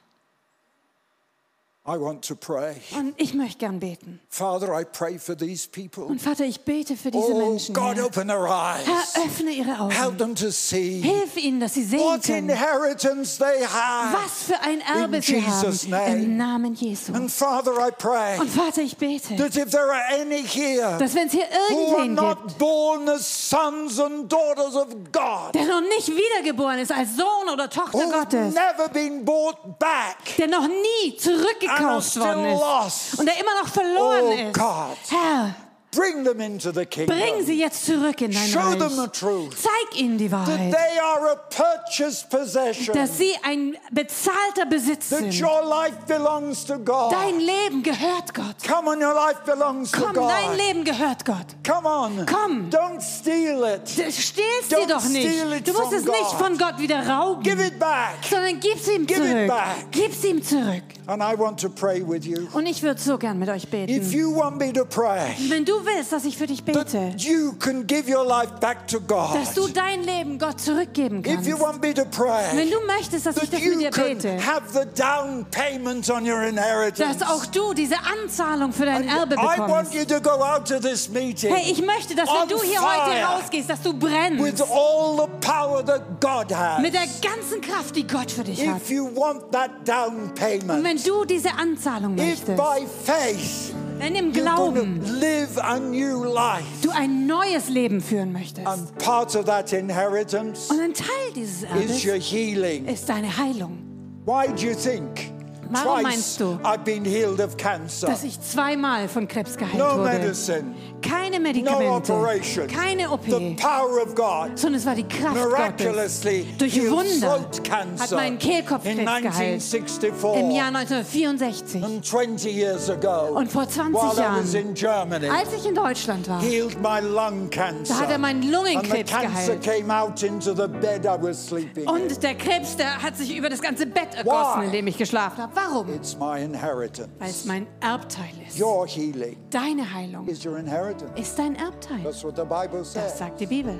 B: I want to pray.
A: Und ich möchte gern beten.
B: Father, I pray for these people.
A: Und Vater, ich bete für diese
B: Oh,
A: Menschen.
B: God,
A: Herr.
B: open their eyes.
A: Herr, öffne ihre
B: Help
A: Augen.
B: them to see
A: Hilf ihnen, dass sie sehen
B: what
A: können,
B: inheritance they have.
A: was für ein Erbe
B: In
A: sie
B: Jesus'
A: haben.
B: name.
A: Im Namen Jesu.
B: And Father, I pray
A: Und Vater, ich bete,
B: that if there are any here
A: dass wenn es hier
B: who are
A: irgendwen gibt,
B: not born as sons and daughters of God,
A: der noch nicht wiedergeboren ist als Sohn oder Tochter
B: who have
A: Gottes,
B: never been bought back,
A: der noch nie
B: and are
A: zurückgekauft
B: still
A: worden
B: lost.
A: ist und der immer noch verloren
B: Oh,
A: ist.
B: God.
A: Herr,
B: bring them into the
A: bring sie
B: kingdom.
A: jetzt zurück in dein
B: Show them the
A: Reich.
B: truth
A: Zeig ihnen die
B: that
A: Wahrheit,
B: they are a purchased possession,
A: dass sie ein bezahlter Besitz
B: that
A: sind.
B: your life belongs to
A: Dein
B: God.
A: Leben gehört Gott.
B: Come on, your life belongs to
A: Komm, dein
B: God.
A: Leben gehört Gott.
B: Come on.
A: Komm.
B: Don't steal it.
A: Du Stehlst
B: Don't
A: sie doch
B: steal it
A: nicht. Du musst
B: from
A: es nicht
B: God.
A: von Gott wieder rauben,
B: Give it back.
A: sondern gib's ihm
B: Give it
A: zurück.
B: back.
A: Gib's ihm zurück.
B: And I want to pray with you.
A: Und ich würde so gern mit euch beten.
B: If you want me to pray,
A: Wenn du willst, dass ich für dich bete,
B: that you can give your life back to God.
A: dass du dein Leben Gott zurückgeben
B: If
A: kannst.
B: you want me to
A: Wenn
B: pray,
A: du möchtest, dass ich
B: that
A: das mit
B: you
A: dir
B: can
A: bete,
B: have the down payment on your inheritance.
A: dass auch du diese Anzahlung für dein Erbe
B: I want
A: bekommst.
B: you to go out to this meeting
A: Hey, ich möchte, dass wenn
B: on
A: du hier heute
B: fire.
A: rausgehst, dass du
B: with
A: brennst
B: all the power that God
A: mit der
B: has.
A: ganzen Kraft, die Gott für dich hat.
B: If you want that down
A: Und
B: payment,
A: wenn du diese Anzahlung
B: if
A: möchtest,
B: by faith
A: wenn im
B: you're going
A: Glauben
B: to live a new life
A: du ein neues Leben führen möchtest
B: and part of that inheritance
A: und ein Teil dieses
B: is your
A: Erbes
B: healing.
A: ist deine Heilung,
B: Why do you think
A: Warum
B: twice
A: meinst du,
B: I've been healed of cancer?
A: dass ich zweimal von Krebs geheilt
B: No
A: wurde.
B: medicine,
A: Keine
B: no
A: Medikamente,
B: operation.
A: eh? keine OP,
B: The power of God
A: sondern es war die Kraft Gottes.
B: miraculously
A: Durch
B: healed
A: Wunder
B: throat
A: hat
B: cancer
A: mein Kehlkopfkrebs
B: in
A: geheilt. Im Jahr
B: 1964.
A: 1964,
B: And 20 years ago,
A: Und vor 20
B: while I
A: Jahren,
B: was in Germany,
A: als ich in Deutschland war,
B: healed my lung cancer.
A: da hat er meinen
B: and the
A: Lungenkrebs
B: cancer
A: geheilt.
B: came out into the bed I was sleeping in.
A: Und der Krebs, der hat sich über das ganze Bett ergossen,
B: Why?
A: in dem ich geschlafen habe. Warum?
B: It's my
A: Weil es
B: inheritance.
A: mein Erbteil ist.
B: Your healing
A: Deine Heilung
B: is your inheritance.
A: ist dein Erbteil.
B: That's what the Bible
A: Das
B: says.
A: sagt die Bibel.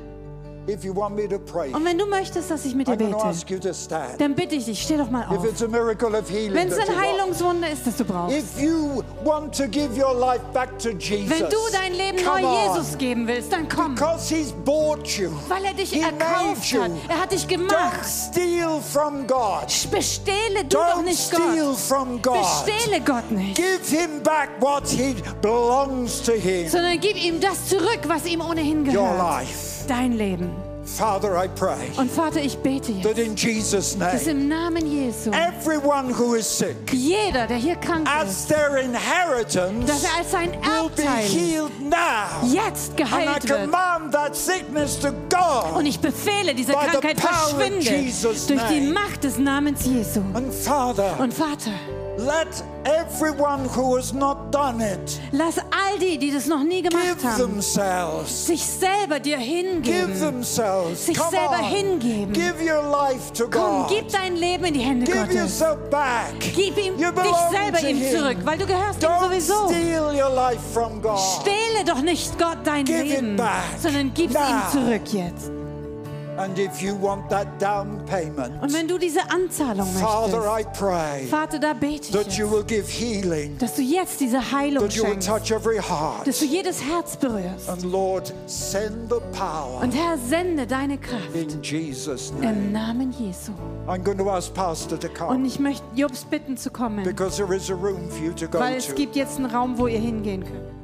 B: If you want me to pray,
A: Und wenn du möchtest, dass ich mit dir
B: I'm going to
A: bete,
B: ask you to stand.
A: dann bitte ich dich, steh doch mal
B: If
A: auf.
B: it's a miracle of healing,
A: Wenn es
B: that
A: ein
B: you want.
A: Heilungswunder ist, das du brauchst.
B: If you want to give your life back to Jesus,
A: Wenn du dein Leben
B: come
A: neu
B: on.
A: Jesus geben willst, dann komm.
B: Because he's bought you.
A: Weil er dich
B: he made
A: erkauft
B: you.
A: hat. Er hat dich
B: Don't
A: gemacht.
B: steal from God.
A: Bestehle du doch
B: Don't
A: nicht
B: steal
A: Gott.
B: from God.
A: Bestehle Gott nicht.
B: Give him back what he belongs to him.
A: Sondern gib ihm das zurück, was ihm ohnehin
B: Your
A: gehört.
B: life.
A: Dein Leben.
B: Father, I pray
A: Und Vater, ich bete jetzt,
B: that in Jesus'
A: dass
B: name,
A: im Namen Jesu
B: everyone who is sick,
A: jeder, der hier krank ist,
B: as their
A: dass
B: inheritance,
A: er als sein
B: will be
A: Erbteil
B: healed now.
A: jetzt
B: And I
A: geheilt wird.
B: command that sickness to go.
A: Und ich befehle, diese
B: By the
A: Krankheit
B: power of
A: verschwinde
B: Jesus'
A: durch die
B: name.
A: Macht des Namens Jesu.
B: And Father,
A: Und Vater,
B: let everyone who has not done it
A: lass all die, die das noch nie
B: give
A: gemacht haben,
B: themselves.
A: sich selber dir
B: Give
A: hingeben.
B: themselves.
A: Sich
B: Come
A: selber
B: on.
A: hingeben.
B: Give your life to
A: Komm,
B: God.
A: gib dein Leben in die Hände
B: Give
A: Gottes.
B: yourself back.
A: Gib ihm,
B: You
A: dich
B: belong
A: selber
B: to
A: ihm
B: him.
A: zurück, weil du gehörst ihm
B: Don't
A: sowieso.
B: steal your life from God.
A: Stehle doch nicht Gott dein
B: Give it
A: Leben,
B: back.
A: sondern gib's
B: Now.
A: ihm zurück jetzt.
B: And if you want that down payment,
A: Und wenn du diese Anzahlung
B: Father,
A: möchtest,
B: I pray
A: Vater, da bete ich,
B: that you
A: jetzt,
B: will give healing,
A: dass du jetzt diese Heilung
B: that you will
A: schenkst,
B: touch Um every heart.
A: dass du jedes Herz berührst.
B: And Lord, send the power
A: Und Herr, sende deine Kraft
B: in Jesus'
A: im
B: name.
A: Namen Jesu.
B: I'm going to ask Pastor to
A: Und
B: come
A: ich möchte Jobs bitten zu kommen,
B: because there is a room for you to
A: weil
B: go
A: es
B: to.
A: gibt jetzt einen Raum, wo ihr hingehen könnt.